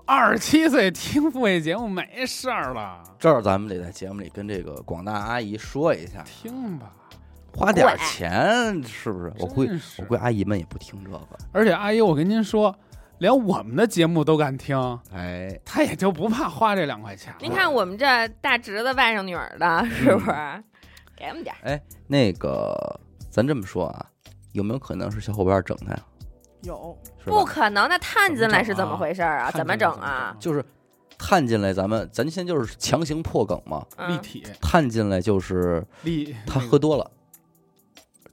S4: 二十七岁听付费节目没事儿了，
S1: 这儿咱们得在节目里跟这个广大阿姨说一下，
S4: 听吧。
S1: 花点儿钱是不是？我估计
S4: 真是
S1: 我估计阿姨们也不听这个，
S4: 而且阿姨，我跟您说，连我们的节目都敢听，
S1: 哎，
S4: 她也就不怕花这两块钱了。
S3: 您看我们这大侄子外甥女儿的，是不
S1: 嗯
S3: 是？给我们点儿，
S1: 那个咱这么说啊，有没有可能是小伙伴整他呀？
S2: 有
S1: 是吧
S3: 不可能！那探进来是怎么回事儿啊？
S4: 看
S3: 怎么
S4: 这
S3: 整
S4: 个
S3: 啊？？
S1: 就是探进来，咱们咱现在就是强行破梗嘛，
S4: 立
S3: 嗯，
S4: 体
S1: 探进来就是
S4: 立，
S1: 他
S4: 那个
S1: 喝多了，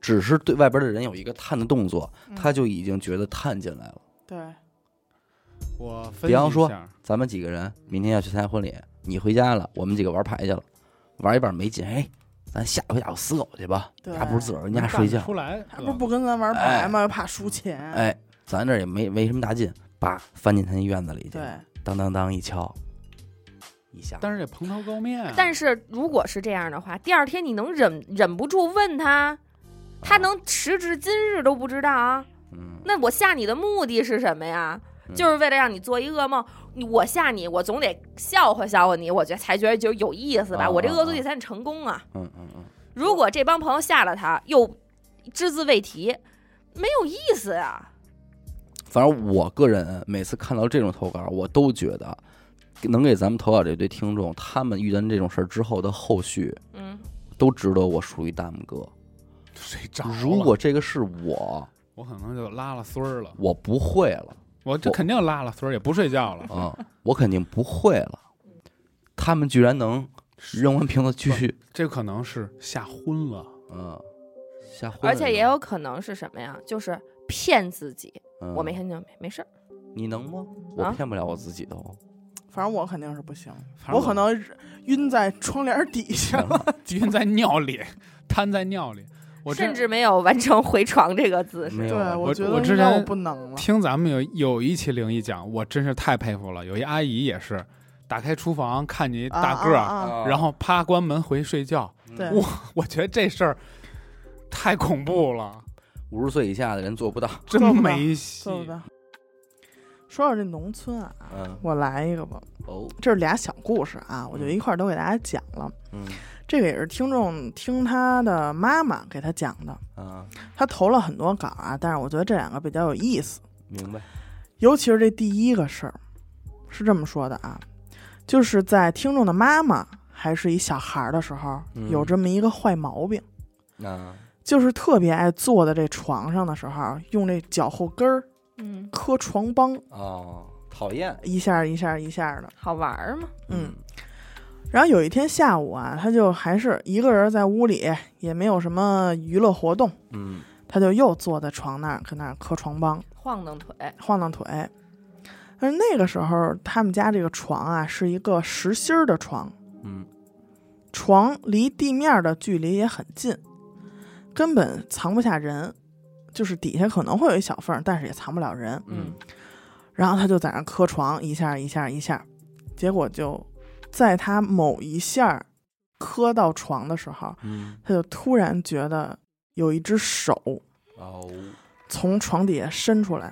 S1: 只是对外边的人有一个探的动作，
S2: 嗯
S1: 他就已经觉得探进来了。
S2: 对，
S4: 我分
S1: 比方
S4: 析一
S1: 说
S4: 下
S1: 咱们几个人明天要去参加婚礼，你回家了，我们几个玩牌去了，玩一半没劲，哎，咱下回打个死狗去吧，
S2: 对
S1: 还不如自个儿跟
S4: 能
S1: 家
S4: 干
S1: 睡
S4: 得
S1: 觉。
S4: 出来，
S2: 他不是不跟咱玩牌吗？怕输钱。，
S1: 哎，咱这也没没什么大劲，叭翻进他那院子里去，
S2: 对，
S1: 当当当一敲，一下，
S4: 但是这蓬头垢面，
S1: 嗯
S3: 但是如果是这样的话，第二天你能忍忍不住问他，他能时至今日都不知道啊？
S1: 嗯，
S3: 那我吓你的目的是什么呀？就是为了让你做一噩梦，你我吓你，我总得笑话笑话你，我觉得才觉得就有意思吧。
S1: 啊
S3: 我这
S1: 啊
S3: 恶作
S1: 啊
S3: 剧才能成功啊！
S1: 嗯嗯嗯，
S3: 如果这帮朋友吓了他，又只字未提，没有意思啊。
S1: 反正我个人每次看到这种投稿，我都觉得能给咱们投稿这堆听众，他们遇见这种事儿之后的后续，
S3: 嗯，
S1: 都值得我属于大拇哥。
S4: 睡着了。
S1: 如果这个是我，
S4: 我可能就拉了丝儿了，
S1: 我不会了，
S4: 我这
S1: 我
S4: 肯定拉了丝儿，也不睡觉了。
S1: 嗯，我肯定不会了。他们居然能扔完瓶子继续，
S4: 这可能是吓昏了，
S1: 嗯，吓昏
S3: 嗯而
S1: 了
S3: 且
S1: 人
S3: 也有可能是什么呀？就是骗自己，
S1: 嗯
S3: 我没看见，没没事儿。
S1: 你能吗？
S3: 啊
S1: 我骗不了我自己哦
S3: [LAUGHS]
S1: 都。
S2: 反正我肯定是不行，
S4: 反正
S2: 我可能晕在窗帘底下了。
S4: [LAUGHS] 晕在尿里，瘫在尿里。我
S3: 甚
S4: 真
S3: 至没有完成 [LAUGHS] 回床这个姿势。
S1: 没
S2: 对，
S1: 有啊，
S2: 我觉
S4: 我
S2: 得
S4: 之
S2: 应该
S4: 前
S2: 我不能了。
S4: 听咱们有有一期灵异讲，我真是太佩服了。有一阿姨也是，打开厨房看你
S2: 啊
S4: 大个儿，
S2: 啊啊
S4: 然后啪关门回睡觉。 [LAUGHS]
S2: 对
S4: 我我觉得这事儿太恐怖了，
S1: 五十岁以下的人做不到。
S4: 真
S2: 做不到
S4: 没戏。
S2: 对不对？说说这农村啊，
S1: 嗯，
S2: 我来一个吧，
S1: 哦，
S2: 这是俩小故事啊，我就一块儿都给大家讲了。
S1: 嗯
S2: 这个也是听众听他的妈妈给他讲的，
S1: 啊，
S2: 他投了很多稿啊，但是我觉得这两个比较有意思，
S1: 明白。
S2: 尤其是这第一个事儿，是这么说的啊，就是在听众的妈妈还是一小孩儿的时候，
S1: 嗯
S2: 有这么一个坏毛病，
S1: 那
S2: 就是特别爱坐在这床上的时候，用这脚后跟儿
S3: 嗯，
S2: 磕床帮，
S1: 哦，讨厌。
S2: 一下儿一下儿一下儿的，
S3: 好玩儿嘛。
S2: 嗯。然后有一天下午啊，他就还是一个人在屋里，也没有什么娱乐活动，
S1: 嗯，
S2: 他就又坐在床那儿跟那儿磕床帮，
S3: 晃荡腿，
S2: 晃荡腿。但是那个时候，他们家这个床啊是一个实心儿的床，
S1: 嗯，
S2: 床离地面的距离也很近，根本藏不下人，就是底下可能会有一小缝儿，但是也藏不了人。
S1: 嗯
S2: 然后他就在那儿磕床，一下一下一下，结果就在他某一下儿磕到床的时候，
S1: 嗯，
S2: 他就突然觉得有一只手
S1: 哦，
S2: 从床底下伸出来，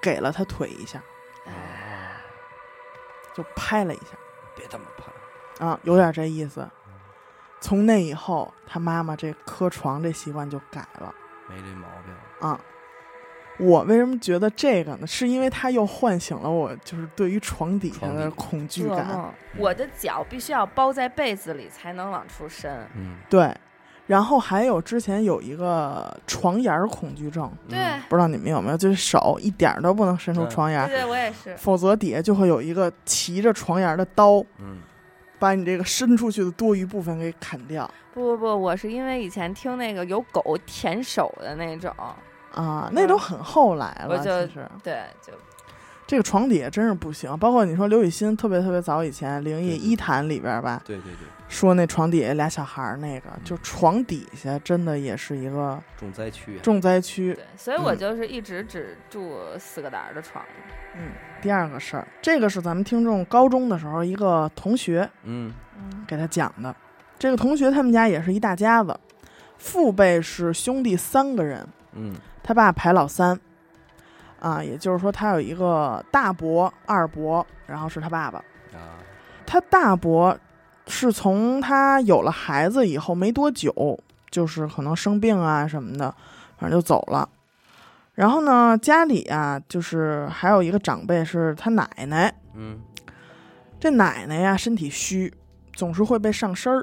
S2: 给了他腿一下，就拍了一下
S1: 别这么怕。
S2: 啊，有点这意思。从那以后，他妈妈这磕床这习惯就改了
S1: 没这毛病，
S2: 啊。我为什么觉得这个呢？是因为他又唤醒了我，就是对于床底下
S1: 床
S2: 的
S1: 底
S2: 恐惧
S3: 做
S2: 感。
S3: 梦。我的脚必须要包在被子里才能往出伸。
S1: 嗯，
S2: 对，然后还有之前有一个床沿儿恐惧症，
S3: 对，
S2: 不知道你们有没有？就是手一点儿都不能伸出
S1: 嗯
S2: 床沿
S3: 对
S2: 儿，
S3: 对，我也是。
S2: 否则底下就会有一个骑着床沿儿的刀，
S1: 嗯，
S2: 把你这个伸出去的多余部分给砍掉
S3: 不不不，我是因为以前听那个有狗舔手的那种，
S2: 啊，那都
S3: 嗯
S2: 很后来
S3: 我
S2: 了。
S3: 就
S2: 其实
S3: 对，就
S2: 这个床底下真是不行，包括你说刘雨欣特别特别早以前《灵异
S1: 对对
S2: 一谈》里边儿吧，
S1: 对对对，
S2: 说那床底下俩小孩儿那个，
S1: 嗯
S2: 就床底下真的也是一个
S1: 重灾区啊。
S2: 重灾区。
S3: 对，所以我
S2: 嗯
S3: 就是一直只住四个胆儿的床。
S2: 嗯，第二个事儿，这个是咱们听众高中的时候一个同学
S1: 嗯
S3: 嗯
S2: 给他讲的。这个同学他们家也是一大家子，父辈是兄弟三个人，
S1: 嗯
S2: 他爸排老三，啊，也就是说他有一个大伯、二伯，然后是他爸爸。
S1: 啊，
S2: 他大伯是从他有了孩子以后没多久，就是可能生病啊什么的，反正就走了。然后呢，家里啊，就是还有一个长辈是他奶奶，
S1: 嗯
S2: 这奶奶呀身体虚，总是会被上身儿。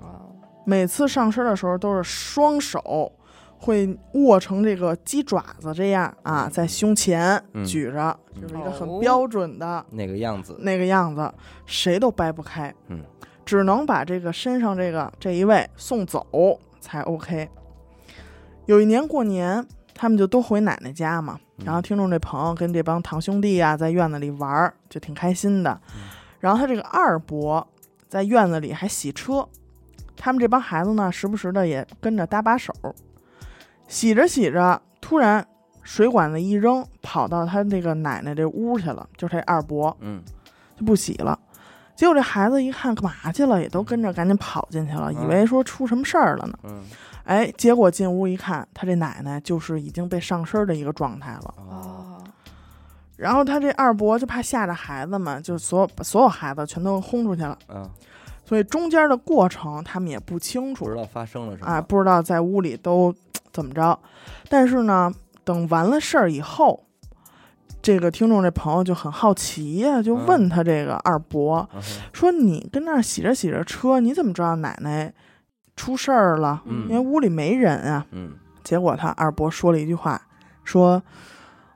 S3: 哦，
S2: 每次上身的时候都是双手会握成这个鸡爪子这样啊，在胸前
S1: 嗯
S2: 举着，
S1: 嗯
S2: 就是一个很
S3: 哦
S2: 标准的
S1: 那个样子，
S2: 那个样子，谁都掰不开，
S1: 嗯，
S2: 只能把这个身上这个这一位送走才 OK。有一年过年，他们就都回奶奶家嘛，
S1: 嗯
S2: 然后听众这朋友跟这帮堂兄弟啊，在院子里玩儿，就挺开心的。然后他这个二伯在院子里还洗车，他们这帮孩子呢，时不时的也跟着搭把手。洗着洗着，突然水管子一扔，跑到他那个奶奶这屋去了，就是他二伯
S1: 嗯
S2: 就不洗了。结果这孩子一看干嘛去了，也都跟着赶紧跑进去了，以为说出什么事儿了呢。
S1: 嗯
S2: 哎，结果进屋一看，他这奶奶就是已经被上身的一个状态了。
S1: 哦
S3: 哦，
S2: 然后他这二伯就怕吓着孩子们，就所有把所有孩子全都轰出去了。
S1: 嗯，
S2: 所以中间的过程他们也不清楚
S1: 不知，道发生了什么
S2: 啊，，不知道在屋里都怎么着。但是呢，等完了事儿以后，这个听众这朋友就很好奇呀、就
S1: 嗯
S2: 问他这个二伯、
S1: 嗯哼
S2: 说：“你跟那儿洗着洗着车，你怎么知道奶奶出事儿了？因为
S1: 嗯
S2: 屋里没人啊。
S1: 嗯，”
S2: 结果他二伯说了一句话，说：“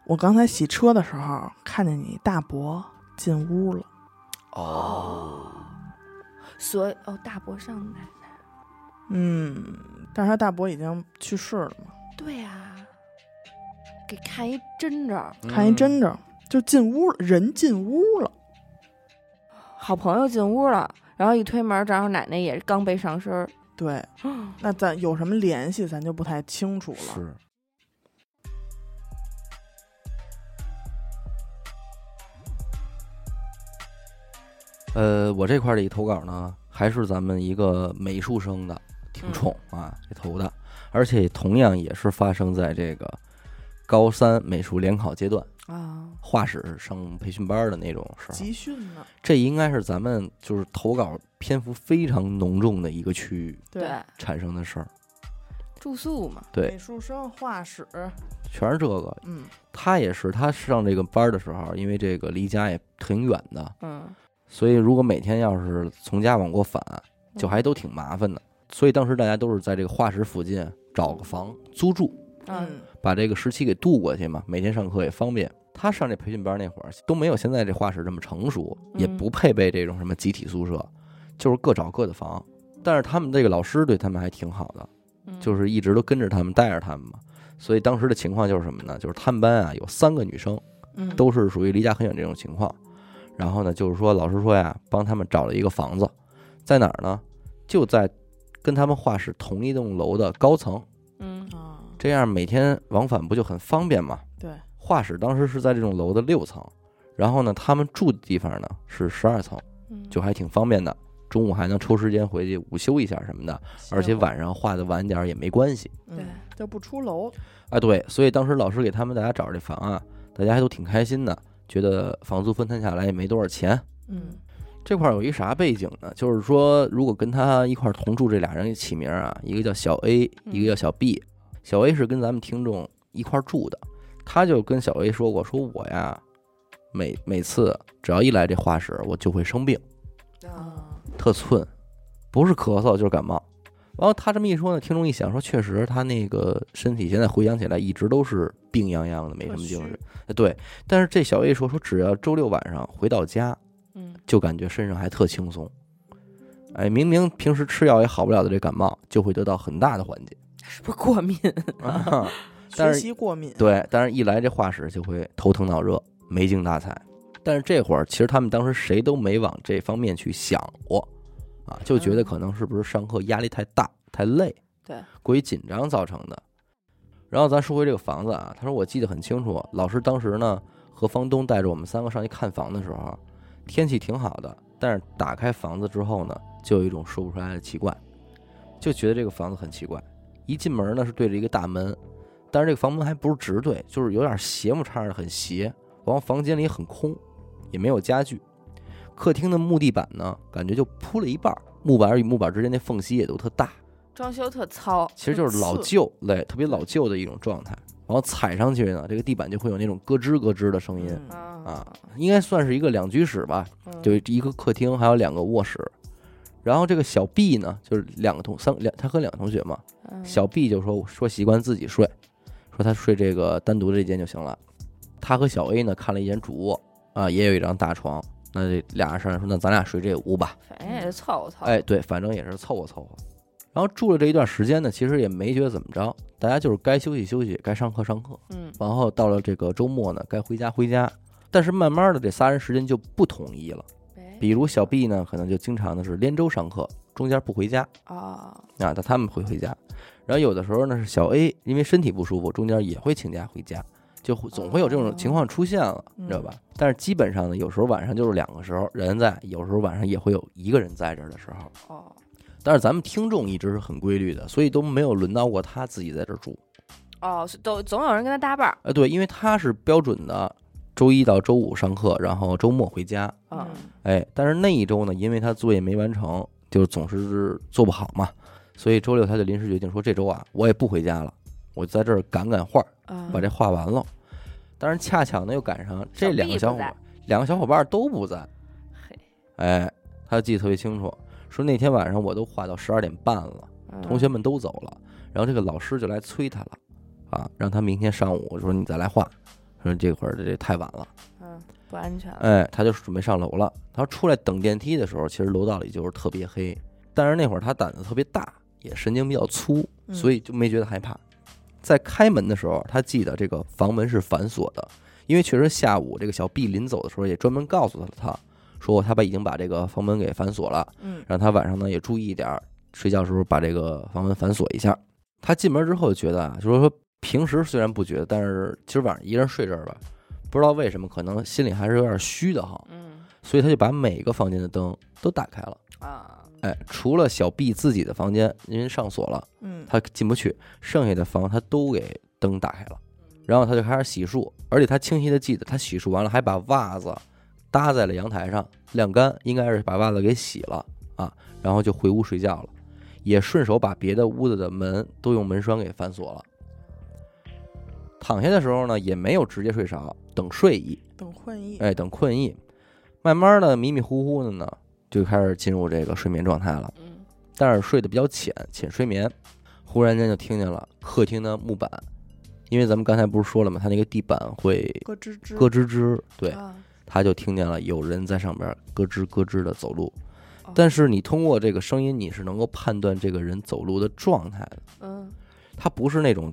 S2: 我刚才洗车的时候看见你大伯进屋了。
S1: 哦，
S3: 所以哦，大伯上奶奶，”
S2: 嗯，但是他大伯已经去世了嘛。
S3: 对呀、给看一真着，
S1: 嗯
S2: 看一真着，就进屋了，人进屋了。
S3: 好朋友进屋了，然后一推门，正好奶奶也刚被上身儿，
S1: [GASPS]
S2: 对，那咱有什么联系，咱就不太清楚
S1: 嗯
S2: 了。
S1: 是，呃，我这块儿的一投稿呢，还是咱们一个美术生的，挺
S3: 嗯
S1: 冲啊，这投的，而且同样也是发生在这个高三美术联考阶段，
S3: 啊，
S1: 画室上培训班儿的那种时候，
S2: 集训呢？
S1: 这应该是咱们就是投稿篇幅非常浓重的一个区域
S3: 对，
S1: 产生的事儿，
S3: 住宿嘛，
S1: 对
S2: 美，术生、画室，
S1: 全是这个。
S2: 嗯，
S1: 他也是，他上这个班儿的时候，因为这个离家也挺远的，
S3: 嗯，
S1: 所以如果每天要是从家往过返，就还都挺麻烦的。所以当时大家都是在这个画室附近找个房租住，
S3: 嗯，
S1: 把这个时期给度过去嘛。每天上课也方便。他上这培训班那会儿都没有现在这画室这么成熟，
S3: 嗯
S1: 也不配备这种什么集体宿舍，就是各找各的房。但是他们这个老师对他们还挺好的，
S3: 嗯
S1: 就是一直都跟着他们带着他们嘛。所以当时的情况就是什么呢？就是他们班啊有三个女生，
S2: 嗯，
S1: 都是属于离家很远这种情况。然后呢，就是说老师说呀，帮他们找了一个房子，在哪儿呢？就在跟他们画室同一栋楼的高层，
S3: 嗯
S2: 啊，
S1: 这样每天往返不就很方便吗？
S2: 对，
S1: 画室当时是在这种楼的六层，然后呢，他们住的地方呢是十二层，
S3: 嗯
S1: 就还挺方便的。中午还能抽时间回去午休一下什么的，而且晚上画的晚点儿也没关系。
S2: 对
S3: 对
S2: 嗯就不出楼，
S1: 啊，对，所以当时老师给他们大家找这房啊，大家还都挺开心的，觉得房租分摊下来也没多少钱。
S2: 嗯
S1: 这块儿有一啥背景呢？就是说，如果跟他一块儿同住这俩人起名儿啊，一个叫小 A，
S3: 嗯
S1: 一个叫小 B。小 A 是跟咱们听众一块儿住的，他就跟小 A 说过，说我呀，每每次只要一来这画室，我就会生病，
S3: 嗯
S1: 嗯
S2: 啊，
S1: 特寸，不是咳嗽就是感冒。然后他这么一说呢，听众一想说，确实他那个身体现在回想起来一直都是病殃殃的，没什么精神。哎对，但是这小 A 说说，只要周六晚上回到家，
S3: 嗯
S1: 就感觉身上还特轻松。哎，明明平时吃药也好不了的这感冒，就会得到很大的缓解。
S3: 是不是过敏？ [LAUGHS]
S1: 啊、
S2: 学
S1: 但是
S2: 习过敏，
S1: 对，但是一来这画室就会头疼脑热，没精打采。但是这会儿其实他们当时谁都没往这方面去想过，啊，就觉得可能是不是上课压力太大、太累，
S3: 对，
S1: 过于紧张造成的。然后咱说回这个房子啊，他说我记得很清楚，老师当时呢和房东带着我们三个上去看房的时候，啊天气挺好的，但是打开房子之后呢，就有一种说不出来的奇怪，就觉得这个房子很奇怪。一进门呢是对着一个大门，但是这个房门还不是直对，就是有点斜木叉的，很斜。然后房间里很空，也没有家具。客厅的木地板呢，感觉就铺了一半儿，木板与木板之间那缝隙也都特大，
S3: 装修特糙，
S1: 其实就是老
S3: 很次
S1: 旧类，特别老旧的一种状态。然后踩上去呢，这个地板就会有那种咯吱咯吱的声音，
S2: 嗯
S3: 啊
S1: 啊，应该算是一个两居室吧，
S3: 嗯
S1: 就一个客厅，还有两个卧室。然后这个小 B 呢，就是两个同三两，他和两个同学嘛，
S3: 嗯
S1: 小 B 就说说习惯自己睡，说他睡这个单独的这间就行了。他和小 A 呢看了一间主卧啊，也有一张大床。那这俩人商量说，那咱俩睡这屋吧。
S3: 反正也是凑合凑合，
S1: 哎，对，反正也是凑合凑合。然后住了这一段时间呢，其实也没觉得怎么着，大家就是该休息休息，该上课上课。
S3: 嗯
S1: 然后到了这个周末呢，该回家回家。但是慢慢的，这仨人时间就不统一了。
S3: 哎
S1: 比如小 B 呢，可能就经常的是连周上课，中间不回家，
S3: 啊，
S1: 啊，但他们会回家。然后有的时候呢是小 A 因为身体不舒服，中间也会请假回家，就会总会有这种情况出现了，你知道吧？但是基本上呢，有时候晚上就是两个时候人在，有时候晚上也会有一个人在这儿的时候。
S3: 哦，
S1: 但是咱们听众一直是很规律的，所以都没有轮到过他自己在这儿住。
S3: 哦，是都总有人跟他搭伴儿，
S1: 哎，对，因为他是标准的周一到周五上课，然后周末回家。
S3: 嗯
S1: 哎，但是那一周呢，因为他作业没完成，就总是做不好嘛，所以周六他就临时决定说，这周啊，我也不回家了，我在这儿赶赶画儿，
S3: 啊，
S1: 把这画完了。当然，恰巧呢又赶上
S3: 小
S1: 这
S3: 毕
S1: 两个小
S3: 不
S1: 伙
S3: 在
S1: 两个小伙伴都不在，
S3: 嘿，
S1: 哎，他记得特别清楚，说那天晚上我都画到十二点半了，
S3: 嗯
S1: 同学们都走了，然后这个老师就来催他了，啊，让他明天上午说你再来画，说这会儿这这太晚了。
S3: 嗯不安全了，
S1: 哎，他就准备上楼了。他出来等电梯的时候，其实楼道里就是特别黑，但是那会儿他胆子特别大，也神经比较粗，
S2: 嗯
S1: 所以就没觉得害怕。在开门的时候，他记得这个房门是反锁的，因为确实下午这个小 B 临走的时候也专门告诉他了他，说他把已经把这个房门给反锁了，
S2: 嗯
S1: 让他晚上呢也注意一点儿，睡觉的时候把这个房门反锁一下。他进门之后就觉得啊，就是说平时虽然不觉得，但是今儿晚上一个人睡这儿吧，不知道为什么，可能心里还是有点虚的哈，
S3: 嗯
S1: 所以他就把每个房间的灯都打开了。
S3: 啊，
S1: 哎，除了小 B 自己的房间，因为上锁了，
S2: 嗯
S1: 他进不去，剩下的房他都给灯打开了。然后他就开始洗漱，而且他清晰的记得，他洗漱完了还把袜子搭在了阳台上晾干，应该是把袜子给洗了啊，然后就回屋睡觉了，也顺手把别的屋子的门都用门栓给反锁了。躺下的时候呢，也没有直接睡着，等睡意，
S2: 等困意，
S1: 哎，等困意，慢慢的迷迷糊糊的呢，就开始进入这个睡眠状态了。
S3: 嗯
S1: 但是睡得比较浅，浅睡眠。忽然间就听见了客厅的木板，因为咱们刚才不是说了吗？它那个地板会
S2: 咯吱吱，
S1: 咯吱吱，对，
S3: 啊
S1: 他就听见了有人在上边咯吱咯吱的走路
S3: 哦。
S1: 但是你通过这个声音，你是能够判断这个人走路的状态的。
S3: 嗯
S1: 他不是那种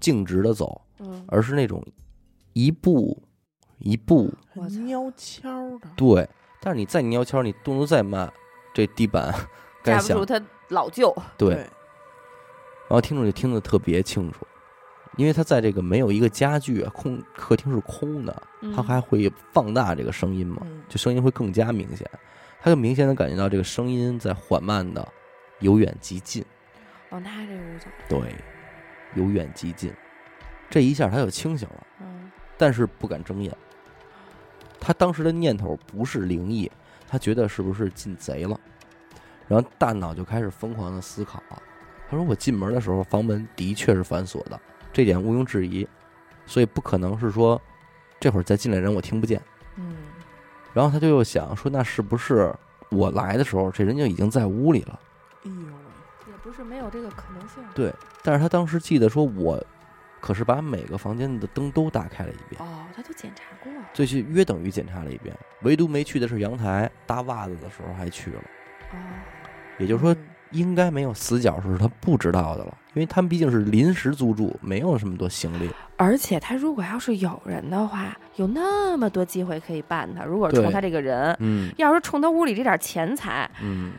S1: 径直的走，
S3: 嗯，
S1: 而是那种一步一步。
S3: 我操
S2: 喵悄的，
S1: 对，但是你再悄悄，你动作再慢，这地板该
S3: 架不
S1: 响
S3: 住他老舅，
S1: 对，然后听众就听得特别清楚，因为他在这个没有一个家具啊，空客厅是空的，
S3: 嗯
S1: 他还会放大这个声音嘛，
S2: 嗯
S1: 就声音会更加明显，他就明显的感觉到这个声音在缓慢的由远及近，
S3: 往他这屋走，
S1: 对，由远及近，这一下他就清醒了，
S3: 嗯
S1: 但是不敢睁眼。他当时的念头不是灵异，他觉得是不是进贼了，然后大脑就开始疯狂的思考啊。他说：“我进门的时候，房门的确是反锁的，这点毋庸置疑，所以不可能是说这会儿再进来人我听不见。
S3: 嗯”
S1: 然后他就又想说：“那是不是我来的时候，这人就已经在屋里了
S2: 哎呦喂，
S3: 也不是没有这个可能性，？”
S1: 但是他当时记得说：“我可是把每个房间的灯都打开了一遍。”
S3: 哦，他都检查过，
S1: 这是约等于检查了一遍，唯独没去的是阳台搭袜子的时候还去了。
S3: 哦，
S1: 也就是说，
S2: 嗯
S1: 应该没有死角是他不知道的了，因为他们毕竟是临时租住，没有什么多行李。
S3: 而且他如果要是有人的话，有那么多机会可以办他，如果是冲
S1: 对
S3: 他这个人，
S1: 嗯
S3: 要是冲他屋里这点钱财，
S1: 嗯，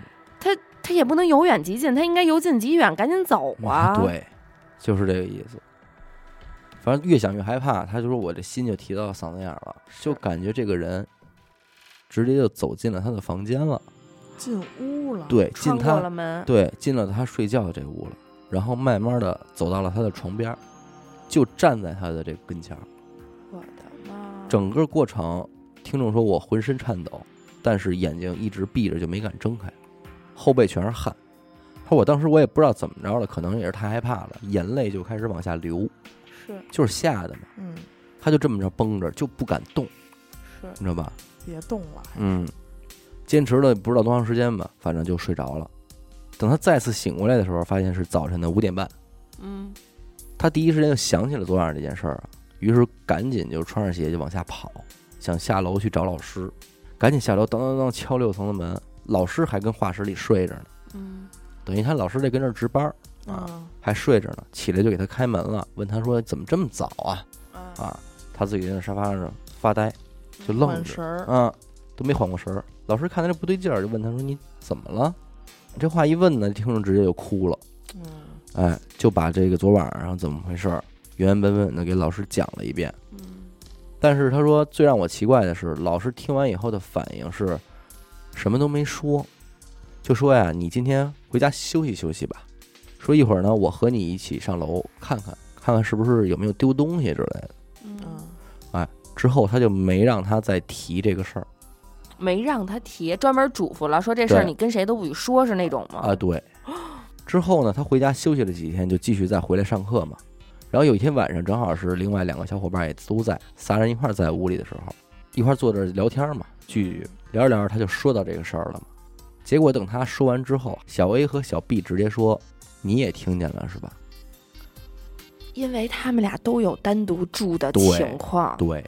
S3: 他也不能由远及近，他应该由近及远，赶紧走啊！，
S1: 对，就是这个意思。反正越想越害怕，他就说我这心就提到嗓子眼儿了，就感觉这个人直接就走进了他的房间了，
S2: 进屋了，，
S1: 对，进
S3: 穿过
S1: 他
S3: 了门，
S1: 对进了他睡觉的这屋了，然后慢慢的走到了他的床边儿，就站在他的这个跟前儿。
S3: 我的妈！
S1: 整个过程，听众说我浑身颤抖，但是眼睛一直闭着就没敢睁开，后背全是汗。他说我当时我也不知道怎么着了，可能也是太害怕了，眼泪就开始往下流，
S3: 是
S1: 就是吓的嘛。
S2: 嗯，
S1: 他就这么着绷着，就不敢动，
S3: 是
S1: 你知道吧？
S2: 别动了，
S1: 嗯，坚持了不知道多长时间吧，反正就睡着了。等他再次醒过来的时候，发现是早晨的五点半。
S3: 嗯
S1: 他第一时间就想起了昨晚这件事儿啊，于是赶紧就穿上鞋就往下跑，想下楼去找老师，赶紧下楼，当当当敲六层的门，老师还跟画室里睡着呢，
S3: 嗯
S1: 等于他老师在跟这儿值班儿啊，
S2: 嗯
S1: 还睡着呢，起来就给他开门了，问他说怎么这么早啊
S3: 啊
S1: 啊，他自己在那沙发上发呆，就愣
S2: 换
S1: 着，
S2: 神儿，
S1: 啊，都没缓过神儿。老师看他这不对劲儿，就问他说你怎么了？这话一问呢，听众直接就哭了。
S2: 嗯，
S1: 哎，就把这个昨晚上怎么回事儿原原本本的给老师讲了一遍。
S3: 嗯
S1: 但是他说最让我奇怪的是，老师听完以后的反应是什么都没说，就说呀，你今天回家休息休息吧。说一会儿呢，我和你一起上楼看看，看看是不是有没有丢东西之类的。
S3: 嗯，
S2: 嗯，
S1: 之后他就没让他再提这个事儿
S3: 没让他提，专门嘱咐了，说这事儿
S1: 对
S3: 你跟谁都不许说，是那种吗？
S1: 啊。对，之后呢，他回家休息了几天，就继续再回来上课嘛。然后有一天晚上，正好是另外两个小伙伴也都在，仨人一块儿在屋里的时候，一块儿坐着聊天嘛，聚聚聊着聊着，他就说到这个事儿了嘛。结果等他说完之后，小 A 和小 B 直接说：“你也听见了是吧
S3: 因为他们俩都有单独住的
S1: 对
S3: 情？”况，
S1: 对，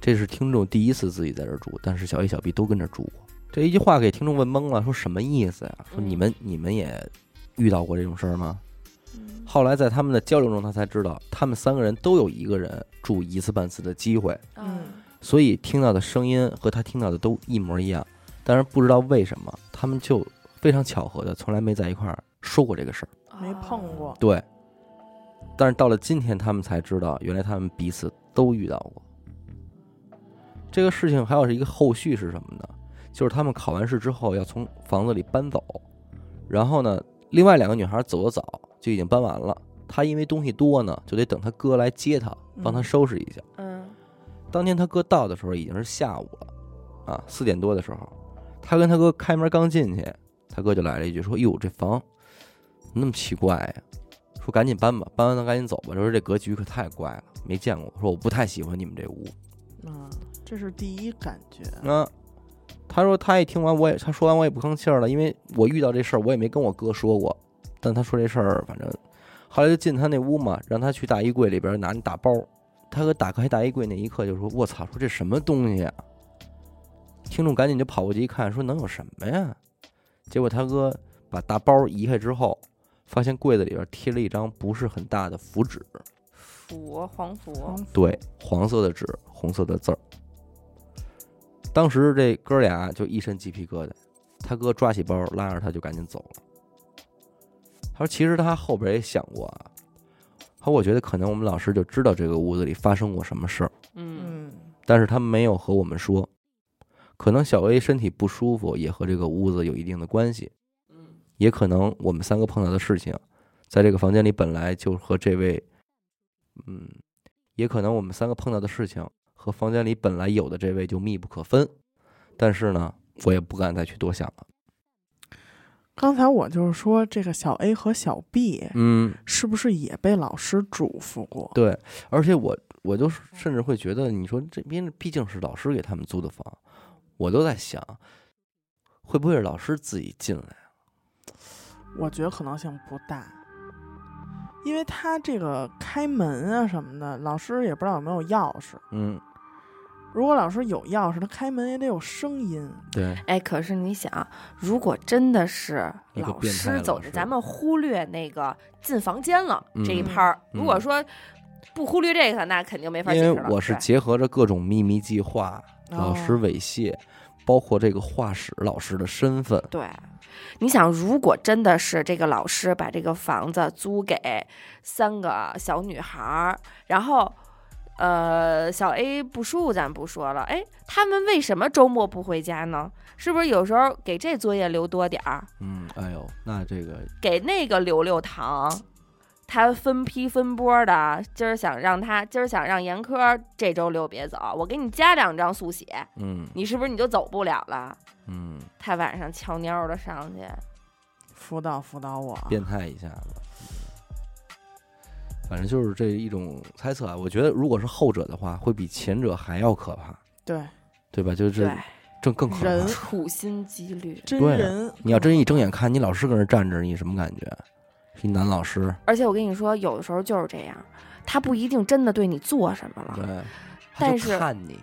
S1: 这是听众第一次自己在这儿住，但是小 A、小 B 都跟这儿住过。这一句话给听众问懵了，说什么意思呀、说你们你们也遇到过这种事儿吗？
S3: 嗯
S1: 后来在他们的交流中，他才知道他们三个人都有一个人住一次半次的机会，
S3: 嗯
S1: 所以听到的声音和他听到的都一模一样。但是不知道为什么，他们就非常巧合的从来没在一块儿说过这个事儿。
S3: 啊
S2: 没碰过，
S1: 对，但是到了今天，他们才知道原来他们彼此都遇到过。这个事情还有一个后续是什么呢？就是他们考完试之后要从房子里搬走，然后呢，另外两个女孩走得早，就已经搬完了。她因为东西多呢，就得等她哥来接她，帮她
S2: 嗯
S1: 收拾一下。
S3: 嗯
S1: 当天他哥到的时候已经是下午了，啊，四点多的时候，他跟他哥开门刚进去，他哥就来了一句说：“哟，这房怎么那么奇怪呀、说赶紧搬吧，搬完咱赶紧走吧。”说这格局可太怪了，没见过。说我不太喜欢你们这屋。
S2: 嗯，这是第一感觉，
S1: 那、他说他一听完我也他说完我也不吭气儿了，因为我遇到这事儿我也没跟我哥说过，但他说这事儿反正后来就进他那屋嘛，让他去大衣柜里边拿那大包，他哥打开大衣柜那一刻就说：“我操，说这什么东西啊！”听众赶紧就跑过去一看，说能有什么呀？结果他哥把大包移开之后，发现柜子里边贴了一张不是很大的符纸，
S3: 符黄符，
S2: 嗯
S1: 对，黄色的纸，红色的字儿。当时这哥俩就一身鸡皮疙瘩，他哥抓起包拉着他就赶紧走了。他说：“其实他后边也想过啊，他说我觉得可能我们老师就知道这个屋子里发生过什么事儿，
S3: 嗯
S2: 嗯，
S1: 但是他没有和我们说。可能小 A 身体不舒服也和这个屋子有一定的关系，
S3: 嗯
S1: 也可能我们三个碰到的事情，在这个房间里本来就和这位，嗯，也可能我们三个碰到的事情和房间里本来有的这位就密不可分。但是呢，我也不敢再去多想了。
S2: 刚才我就是说这个小 A 和小 B
S1: 嗯，
S2: 是不是也被老师嘱咐过？
S1: 对，而且我我就甚至会觉得，你说这毕毕竟是老师给他们租的房，我都在想，会不会是老师自己进来？
S2: 我觉得可能性不大，因为他这个开门啊什么的，老师也不知道有没有钥匙。
S1: 嗯，
S2: 如果老师有钥匙，他开门也得有声音。
S1: 对，
S3: 哎，可是你想，如果真的是
S1: 一个
S3: 老
S1: 变态
S3: 师走
S1: 老
S3: 进，
S1: 师
S3: 咱们忽略那个进房间了这一
S1: 嗯
S3: 拍儿。如果
S1: 嗯
S3: 说不忽略这个，那肯定没法解
S1: 因
S3: 释
S1: 为
S3: 了。
S1: 我是
S3: 对
S1: 结合着各种秘密计划，老师
S2: 哦
S1: 猥亵，包括这个画室老师的身份，
S3: 对，你想，如果真的是这个老师把这个房子租给三个小女孩儿，然后，呃，小 A 不舒服咱不说了，哎，他们为什么周末不回家呢？是不是有时候给这作业留多点儿，
S1: 嗯，哎呦，那这个
S3: 给那个留留堂？他分批分波的，今儿想让他，今儿想让严科这周六别走，我给你加两张速写，
S1: 嗯
S3: 你是不是你就走不了了？
S1: 嗯，
S3: 他晚上悄蔫的上去，
S2: 辅导辅导我，
S1: 变态一下子。反正就是这一种猜测啊，我觉得如果是后者的话，会比前者还要可怕，
S2: 对，
S1: 对吧？就是
S3: 对
S1: 这，更更可
S2: 人
S1: 怕。
S3: 处心积虑。
S2: 真
S1: 对
S2: 人，
S1: 你要真一睁眼看你老师搁那站着，你什么感觉？是一男老师，
S3: 而且我跟你说，有的时候就是这样，他不一定真的对你做什么了，
S1: 对，他
S3: 啊但
S1: 就是看
S3: [LAUGHS]
S1: 你，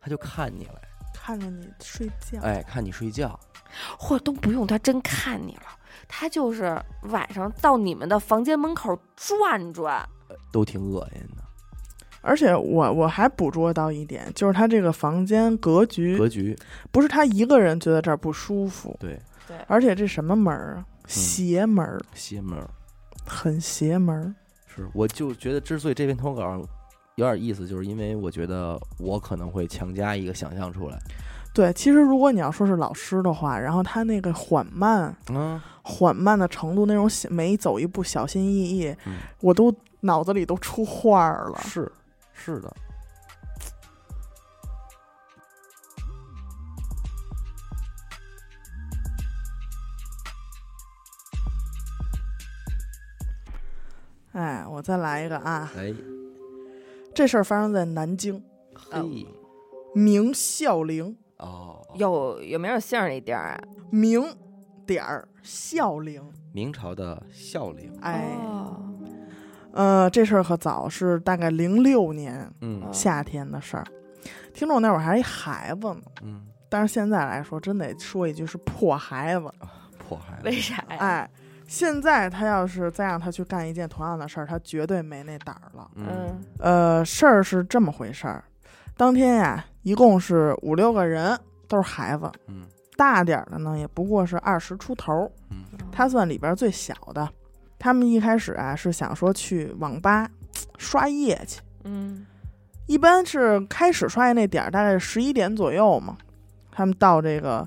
S1: 他就看你了，
S2: 看着你睡觉，
S1: 哎，看你睡觉，
S3: 或者都不用他真看你了，他就是晚上到你们的房间门口转转，
S1: 都挺恶心的。
S2: 而且我我还捕捉到一点，就是他这个房间格局，
S1: 格局，
S2: 不是他一个人觉得这儿不舒服，
S1: 对，
S2: 而且这什么门儿
S1: 嗯
S2: 啊，邪门儿，
S1: 邪门儿。
S2: 很邪门儿，
S1: 是，我就觉得之所以这篇投稿有点意思，就是因为我觉得我可能会强加一个想象出来。
S2: 对，其实如果你要说是老师的话，然后他那个缓慢、
S1: 嗯，
S2: 缓慢的程度，那种小每走一步小心翼翼，
S1: 嗯
S2: 我都脑子里都出画儿了。
S1: 是是的。
S2: 哎，我再来一个啊！
S1: 哎，
S2: 这事儿发生在南京
S1: 哦嘿，
S2: 明孝陵，
S1: 哦，
S3: 有有没有姓儿那地儿啊？
S2: 明点儿孝陵。
S1: 明朝的孝陵，
S2: 哎，
S3: 哦
S2: 呃，这事儿可早是大概零六年
S1: 嗯
S2: 夏天的事儿。听着，我那会儿还是一孩子呢，
S1: 嗯，
S2: 但是现在来说，真得说一句是破孩子。
S1: 嗯迫害
S3: 为啥呀？
S2: 哎，现在他要是再让他去干一件同样的事儿，他绝对没那胆儿了。
S1: 嗯
S3: 嗯
S2: 呃，事儿是这么回事儿，当天呀、一共是五六个人，都是孩子，
S1: 嗯
S2: 大点儿的呢，也不过是二十出头儿，
S1: 嗯
S2: 他算里边儿最小的。他们一开始啊是想说去网吧刷夜去，
S3: 嗯
S2: 一般是开始刷夜那点儿大概十一点左右嘛。他们到这个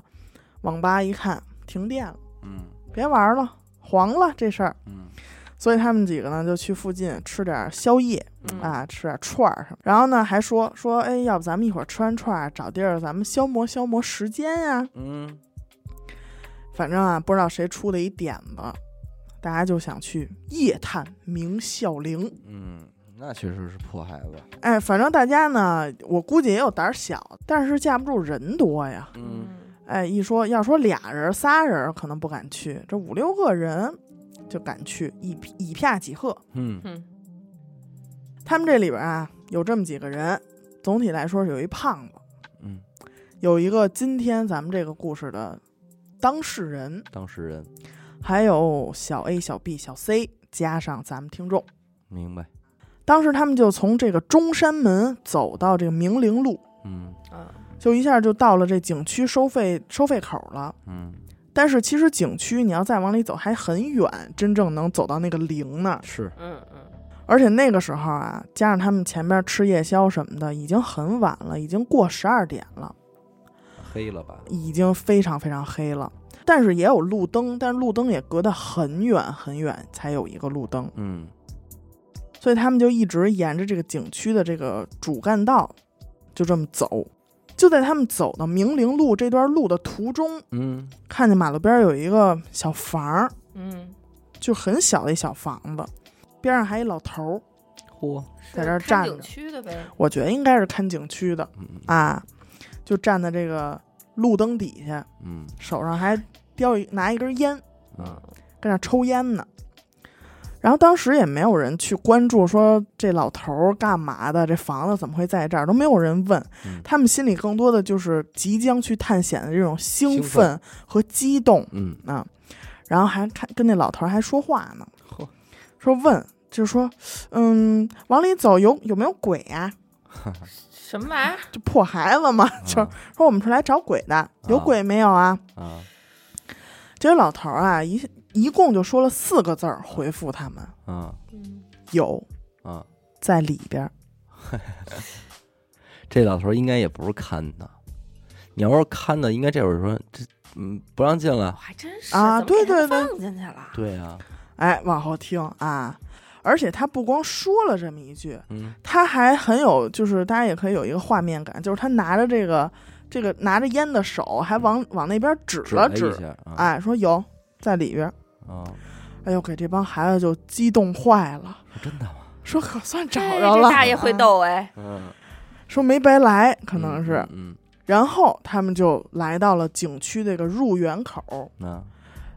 S2: 网吧一看，停电了，
S1: 嗯
S2: 别玩儿了，黄了这事儿。
S1: 嗯
S2: 所以他们几个呢就去附近吃点宵夜
S1: 嗯
S2: 啊，吃点串儿什么。然后呢还说说，哎，要不咱们一会儿吃完串儿找地儿咱们消磨消磨时间呀、
S1: 嗯
S2: 反正啊，不知道谁出的一点子，大家就想去夜探明孝陵。
S1: 嗯，那确实是迫害吧，
S2: 哎，反正大家呢，我估计也有胆儿小，但是架不住人多呀。
S1: 嗯
S2: 哎，一说要说俩人、仨人可能不敢去，这五六个人就敢去，一一啪几喝。
S1: 嗯
S3: 嗯
S2: 他们这里边啊，有这么几个人，总体来说是有一胖子，
S1: 嗯，
S2: 有一个今天咱们这个故事的当事人，
S1: 当事人
S2: 还有小 A、小 B、小 C，加上咱们听众。
S1: 明白，
S2: 当时他们就从这个中山门走到这个明陵路，
S1: 嗯
S3: 啊
S2: 就一下就到了这景区收费收费口了。
S1: 嗯
S2: 但是其实景区你要再往里走还很远，真正能走到那个陵那儿。
S1: 是，
S3: 嗯嗯
S2: 而且那个时候啊，加上他们前边吃夜宵什么的，已经很晚了，已经过十二点了。
S1: 黑了吧，
S2: 已经非常非常黑了，但是也有路灯，但路灯也隔得很远很远才有一个路灯，
S1: 嗯
S2: 所以他们就一直沿着这个景区的这个主干道就这么走。就在他们走到明陵路这段路的途中，
S1: 嗯
S2: 看见马路边有一个小房儿，
S3: 嗯，
S2: 就很小的一小房子，边上还一老头儿，
S1: 嚯，
S2: 在这儿站着
S3: 景区的呗。
S2: 我觉得应该是看景区的
S1: 嗯
S2: 啊，就站在这个路灯底下，
S1: 嗯
S2: 手上还叼一拿一根烟。
S1: 嗯
S2: 跟那抽烟呢。然后当时也没有人去关注说这老头儿干嘛的，这房子怎么会在这儿，都没有人问。
S1: 嗯
S2: 他们心里更多的就是即将去探险的这种兴
S1: 兴奋
S2: 奋和激动
S1: 嗯，
S2: 啊。然后还看跟那老头儿还说话呢，
S1: 嚯，
S2: 说问就是说，嗯，往里走有有没有鬼啊？
S3: 什么玩意儿？
S2: 这破孩子嘛， [LAUGHS] 就是说我们是来找鬼的，有
S1: 啊
S2: 鬼没有啊？
S1: 啊
S2: 这老头儿啊，一一共就说了四个字儿回复他们，
S1: 啊
S3: 嗯
S2: 有。
S1: 啊，
S2: 在里边儿。
S1: 这老头儿应该也不是看的，你要是看的，应该这会儿说这嗯不让进
S3: 我
S1: 了。
S3: 还真是
S2: 啊
S3: 怎么
S2: 对
S3: 给他
S2: 对对
S3: 放进去了。
S1: 对啊，
S2: 哎，往后听啊。而且他不光说了这么一句，
S1: 嗯
S2: 他还很有，就是大家也可以有一个画面感，就是他拿着这个这个拿着烟的手，还往往那边指
S1: 指
S2: 了
S1: 一
S2: 指，
S1: 下啊
S2: 哎，说有在里边儿。
S1: 啊，
S2: 哎呦，给这帮孩子就激动坏了，
S1: 是哦真的吗？
S2: 说可算找
S3: 哎
S2: 着了，
S3: 这大爷会
S2: 啊，
S3: 逗哎，
S1: 嗯，
S2: 说没白来，可能是。
S1: 嗯，
S2: 然后他们就来到了景区这个入园口，
S1: 那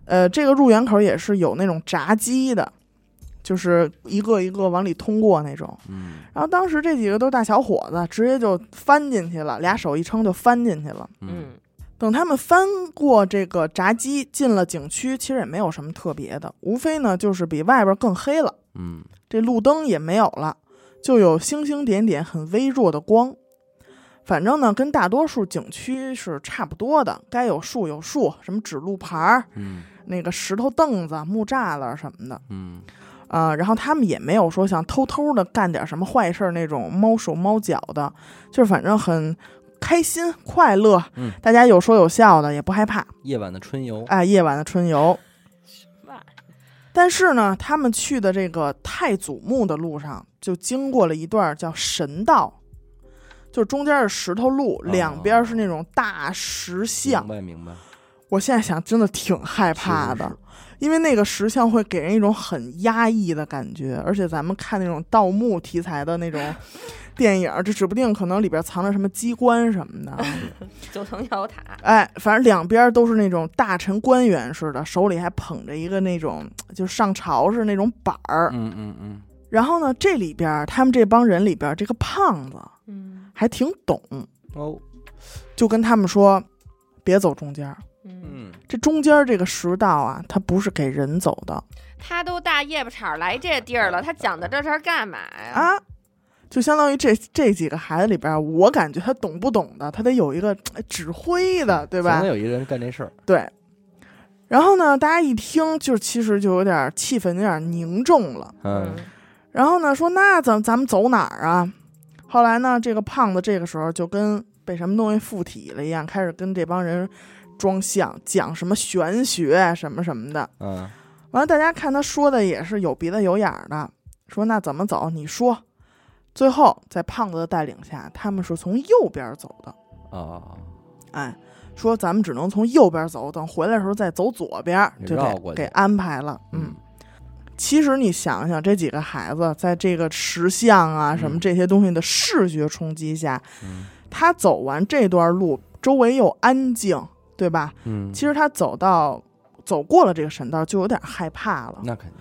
S2: 呃，这个入园口也是有那种闸机的，就是一个一个往里通过那种。
S1: 嗯
S2: 然后当时这几个都是大小伙子，直接就翻进去了，俩手一撑就翻进去了。
S1: 嗯，
S2: 等他们翻过这个闸机，进了景区，其实也没有什么特别的，无非呢就是比外边更黑了，
S1: 嗯
S2: 这路灯也没有了，就有星星点点很微弱的光。反正呢，跟大多数景区是差不多的，该有树有树，什么指路牌儿、
S1: 嗯
S2: 那个石头凳子、木栅栏什么的。
S1: 嗯
S2: 啊，然后他们也没有说想偷偷的干点什么坏事儿那种猫手猫脚的，就是反正很开心快乐，
S1: 嗯
S2: 大家有说有笑的，也不害怕。
S1: 夜晚的春游，
S2: 哎，夜晚的春游，
S3: 哇
S2: 但是呢，他们去的这个太祖墓的路上，就经过了一段叫神道，就中间是石头路，两边是那种大石像
S1: 明。白明白，
S2: 我现在想，真的挺害怕的，因为那个石像会给人一种很压抑的感觉，而且咱们看那种盗墓题材的那种电影儿，这指不定可能里边藏着什么机关什么的。 [LAUGHS]
S3: 九层妖塔，
S2: 哎，反正两边都是那种大臣官员似的，手里还捧着一个那种就是上朝是那种板儿。
S1: 嗯嗯嗯，
S2: 然后呢，这里边儿他们这帮人里边儿，这个胖子
S3: 嗯
S2: 还挺懂，
S1: 哦，
S2: 就跟他们说，别走中间儿。
S3: 嗯，
S1: 嗯，
S2: 这中间儿这个石道啊，它不是给人走的，
S3: 他都大夜巴场来这地儿了，他讲到这事儿干嘛呀？
S2: 啊，就相当于这这几个孩子里边儿，我感觉他懂不懂的，他得有一个呃指挥的，对
S1: 总
S2: 吧
S1: 得？有一个人干这事儿，
S2: 对。然后呢，大家一听就其实就有点儿气氛有点儿凝重了。
S1: 嗯
S2: 然后呢，说那咱咱们走哪儿啊？后来呢，这个胖子这个时候就跟被什么东西附体了一样，开始跟这帮人装像，讲什么玄学啊什么什么的。
S1: 嗯
S2: 完了，大家看他说的也是有鼻子有眼儿的，说那怎么走？你说。最后，在胖子的带领下，他们是从右边走的。
S1: 啊，
S2: 哎，说咱们只能从右边走，等回来的时候再走左边，
S1: 给
S2: 就
S1: 绕过去
S2: 给给安排了。嗯，其实你想想，这几个孩子在这个石像啊什么
S1: 嗯
S2: 这些东西的视觉冲击下，
S1: 嗯
S2: 他走完这段路，周围又安静，对吧？
S1: 嗯，
S2: 其实他走到走过了这个神道，就有点害怕了。
S1: 那肯定，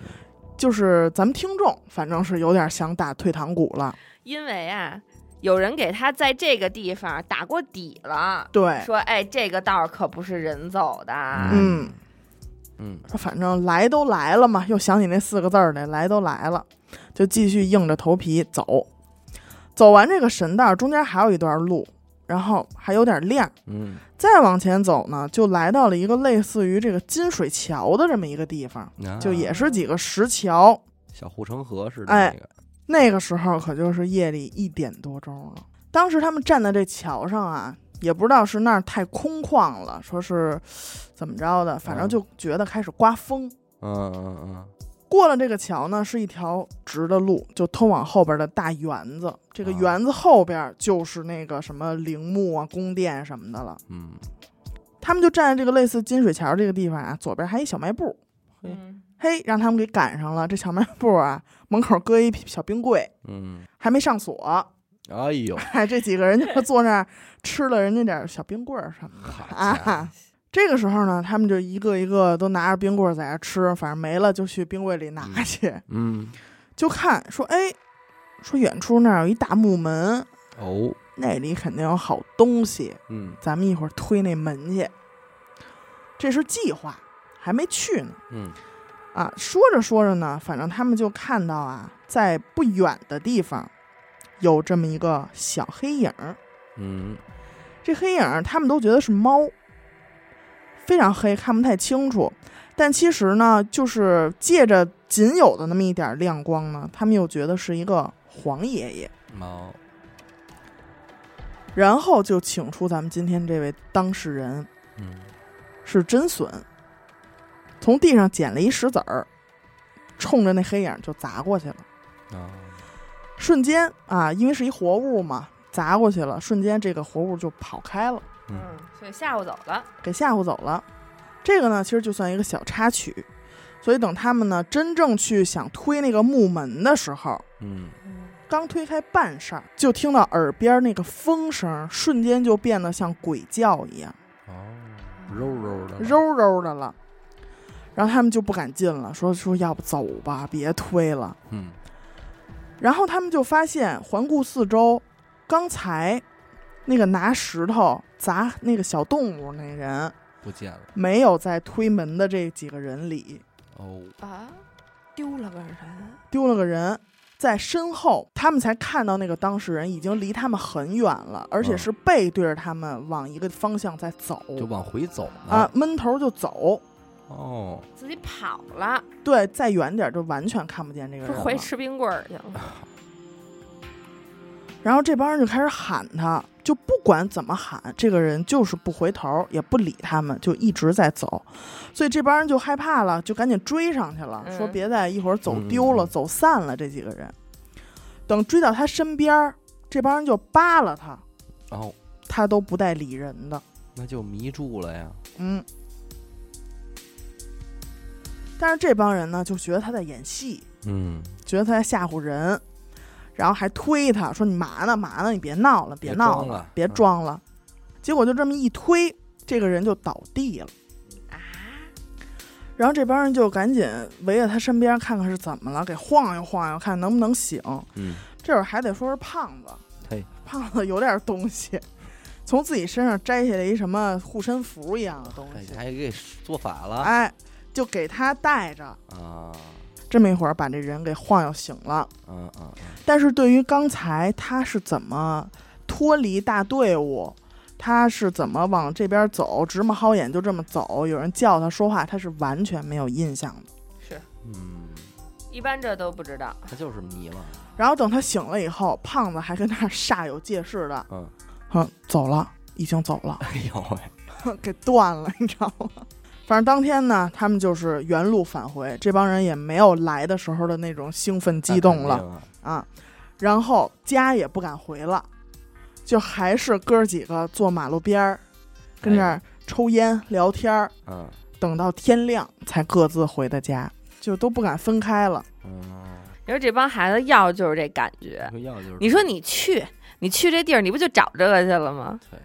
S2: 就是咱们听众，反正是有点想打退堂鼓了。
S3: 因为啊，有人给他在这个地方打过底了，
S2: 对，
S3: 说哎，这个道儿可不是人走的。
S2: 嗯，
S1: 嗯
S2: 反正来都来了嘛，又想起那四个字儿来，来都来了，就继续硬着头皮走。走完这个神道，中间还有一段路，然后还有点亮。
S1: 嗯
S2: 再往前走呢，就来到了一个类似于这个金水桥的这么一个地方，
S1: 嗯，
S2: 就也是几个石桥。
S1: 小护城河似的
S2: 哎
S1: 那个，
S2: 那个时候可就是夜里一点多钟了。当时他们站在这桥上啊，也不知道是那儿太空旷了，说是怎么着的，反正就觉得开始刮风。
S1: 嗯嗯
S2: 过了这个桥呢，是一条直的路，就通往后边的大园子。这个
S1: 啊
S2: 园子后边就是那个什么陵墓啊、宫殿什么的了。
S1: 嗯
S2: 他们就站在这个类似金水桥这个地方啊，左边还一小卖部，
S3: 嗯，
S2: 嘿，让他们给赶上了。这小卖部啊，门口搁一小冰柜，
S1: 嗯
S2: 还没上锁，
S1: 嗯，哎呦，
S2: [LAUGHS] 哎，这几个人就坐那儿吃了人家点儿小冰棍儿什么
S1: 好
S2: 的
S1: 家伙，
S2: 啊。这个时候呢，他们就一个一个都拿着冰棍儿在那儿吃，反正没了就去冰柜里拿
S1: 嗯
S2: 去。
S1: 嗯
S2: 就看说，哎，说远处那儿有一大木门，
S1: 哦，
S2: 那里肯定有好东西，
S1: 嗯
S2: 咱们一会儿推那门去。这是计划，还没去呢。
S1: 嗯
S2: 啊，说着说着呢，反正他们就看到啊，在不远的地方有这么一个小黑影儿。
S1: 嗯
S2: 这黑影儿他们都觉得是猫，非常黑，看不太清楚。但其实呢，就是借着仅有的那么一点儿亮光呢，他们又觉得是一个黄爷爷。
S1: 猫，
S2: 然后就请出咱们今天这位当事人
S1: 嗯
S2: 是真隼，从地上捡了一石子儿，冲着那黑影就砸过去了。
S1: 啊，
S2: 瞬间啊，因为是一活物嘛，砸过去了，瞬间这个活物就跑开了，
S1: 嗯，
S3: 嗯，所以吓唬走了。
S2: 给吓唬走了。这个呢，其实就算一个小插曲。所以等他们呢真正去想推那个木门的时候，
S1: 嗯，
S2: 刚推开半扇儿，就听到耳边那个风声，瞬间就变得像鬼叫一样，
S1: 哦，肉肉的，
S2: 柔柔的了。然后他们就不敢进了，说说要不走吧，别推了。
S1: 嗯，
S2: 然后他们就发现，环顾四周，刚才那个拿石头砸那个小动物那人，
S1: 不见了，
S2: 没有在推门的这几个人里
S1: 哦，
S3: 啊，丢了个人，
S2: 丢了个人。在身后，他们才看到那个当事人已经离他们很远了，而且
S1: 嗯
S2: 是背对着他们往一个方向在走，
S1: 就往回走呢，
S2: 啊，闷头就走。
S1: 哦，
S3: 自己跑了，
S2: 对，再远点就完全看不见这个
S3: 是
S2: 人了。
S3: 回吃冰棍儿去了。
S2: 然后这帮人就开始喊他，就不管怎么喊，这个人就是不回头，也不理他们，就一直在走。所以这帮人就害怕了，就赶紧追上去了，
S3: 嗯
S2: 说别再一会儿走丢了、
S1: 嗯
S2: 走散了。这几个人，等追到他身边儿，这帮人就扒拉他，
S1: 哦，
S2: 他都不带理人的。
S1: 那就迷住了呀，
S2: 嗯。但是这帮人呢，就觉得他在演戏，
S1: 嗯，
S2: 觉得他在吓唬人，然后还推他说：“你嘛呢嘛呢？你别闹了，别闹
S1: 装了，
S2: 别装了。结果就这么一推，这个人就倒地了。嗯
S3: 啊，
S2: 然后这帮人就赶紧围着他身边看看是怎么了，给晃悠晃悠，看能不能醒。
S1: 嗯，
S2: 这会儿还得说是胖子，
S1: 嘿，
S2: 胖子有点东西，从自己身上摘下来一什么护身符一样的东
S1: 哎
S2: 西，
S1: 还给做反了
S2: 哎，就给他带着。
S1: 啊，
S2: 这么一会儿把这人给晃悠醒了。
S1: 嗯嗯
S2: 但是对于刚才他是怎么脱离大队伍，他是怎么往这边走，直冒好眼就这么走，有人叫他说话，他是完全没有印象的。
S3: 是
S1: 嗯，
S3: 一般这都不知道。
S1: 他就是迷了，
S2: 然后等他醒了以后，胖子还跟那儿煞有介事的，
S1: 嗯，
S2: 哼，走了，已经走了， [LAUGHS]
S1: 哎呦喂，
S2: 给断了，你知道吗？ [LAUGHS] 反正当天呢，他们就是原路返回，这帮人也没有来的时候的那种兴奋激动了，
S1: 了，
S2: 啊，然后家也不敢回了，就还是哥儿几个坐马路边儿，跟
S1: 哎
S2: 这儿抽烟聊天儿，
S1: 嗯
S2: 等到天亮才各自回的家，就都不敢分开了。
S1: 嗯，
S3: 你说这帮孩子要就是这感觉。
S1: 说要就是，
S3: 你说你去，你去这地儿，你不就找这个去了吗？
S1: 对，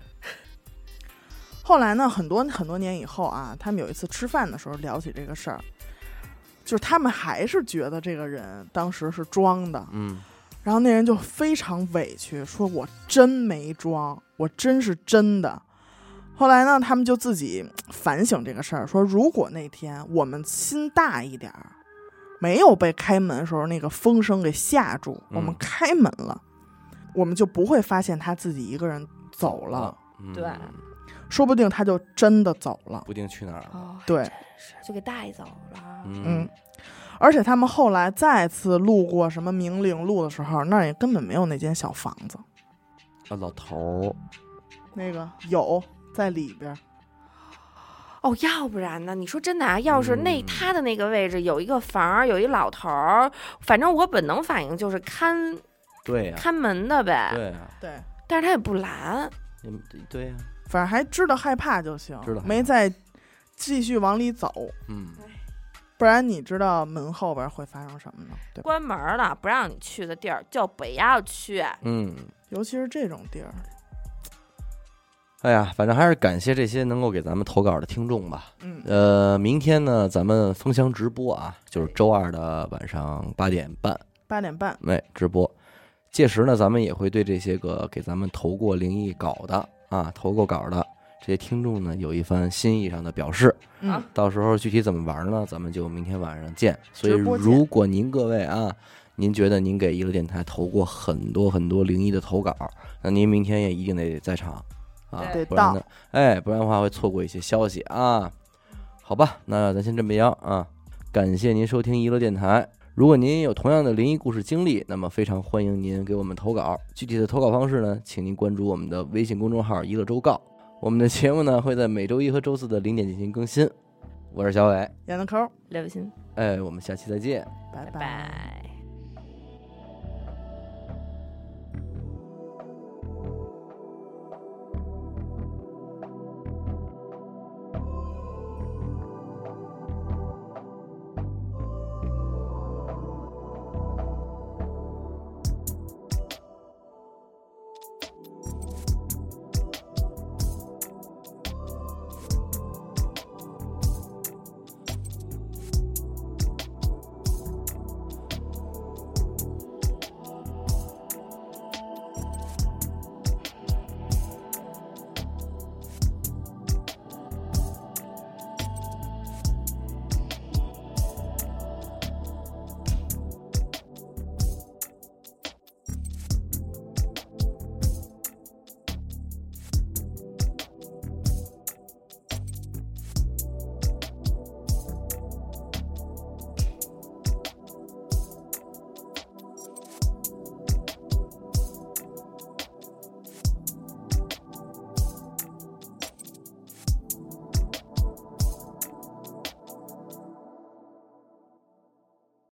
S2: 后来呢，很多很多年以后啊，他们有一次吃饭的时候聊起这个事儿，就是他们还是觉得这个人当时是装的，
S1: 嗯，
S2: 然后那人就非常委屈，说我真没装，我真是真的。后来呢，他们就自己嗯反省这个事儿，说如果那天我们心大一点儿，没有被开门的时候那个风声给吓住，
S1: 嗯
S2: 我们开门了，我们就不会发现他自己一个人走了，，
S1: 嗯
S3: 对
S2: 说不定他就真的走了。
S1: 不定去哪儿了，
S3: 哦，
S2: 对，
S3: 是就给带走了。
S2: 嗯，而且他们后来再次路过什么明陵路的时候，那儿也根本没有那间小房子，
S1: 啊，老头儿，
S2: 那个 [LAUGHS] 有在里边儿。
S3: 哦，要不然呢？你说真的啊，要是那
S1: 嗯
S3: 他的那个位置有一个房儿，有一老头儿，反正我本能反应就是看
S1: 对呀，
S3: 看门的呗。
S1: 对呀，
S2: 对。
S3: 但是他也不拦，
S1: 嗯对呀，
S2: 反正还知道害怕就行，
S1: 知道害怕
S2: 没再继续往里走，
S1: 嗯，
S2: 不然你知道门后边会发生什么呢？对吧？
S3: 关门儿了，不让你去的地儿就不要去。
S1: 嗯，
S2: 尤其是这种地儿，
S1: 哎呀，反正还是感谢这些能够给咱们投稿的听众吧。
S2: 嗯，
S1: 呃，明天呢，咱们封箱直播啊，就是周二的晚上八点半，
S2: 八点半，
S1: 哎，直播。届时呢，咱们也会对这些个给咱们投过灵异稿的啊，投过稿的这些听众呢，有一番心意上的表示。
S2: 嗯
S3: 好，
S1: 到时候具体怎么玩呢？咱们就明天晚上见。所以，
S2: 直播见
S1: 如果您各位啊，您觉得您给娱乐电台投过很多很多灵异的投稿，那您明天也一定得在场啊，
S3: 对
S1: 不然
S2: 得
S1: 呢，哎，不然的话会错过一些消息啊。好吧，那咱先这么样啊。感谢您收听娱乐电台。如果您有同样的灵异故事经历，那么非常欢迎您给我们投稿。具体的投稿方式呢，请您关注我们的微信公众号“娱乐周告”。我们的节目呢会在每周一和周四的零点进行更新。我是小伟，
S2: 闫德抠，
S3: 刘雨欣，
S1: 哎，我们下期再见。
S2: 拜
S3: 拜拜。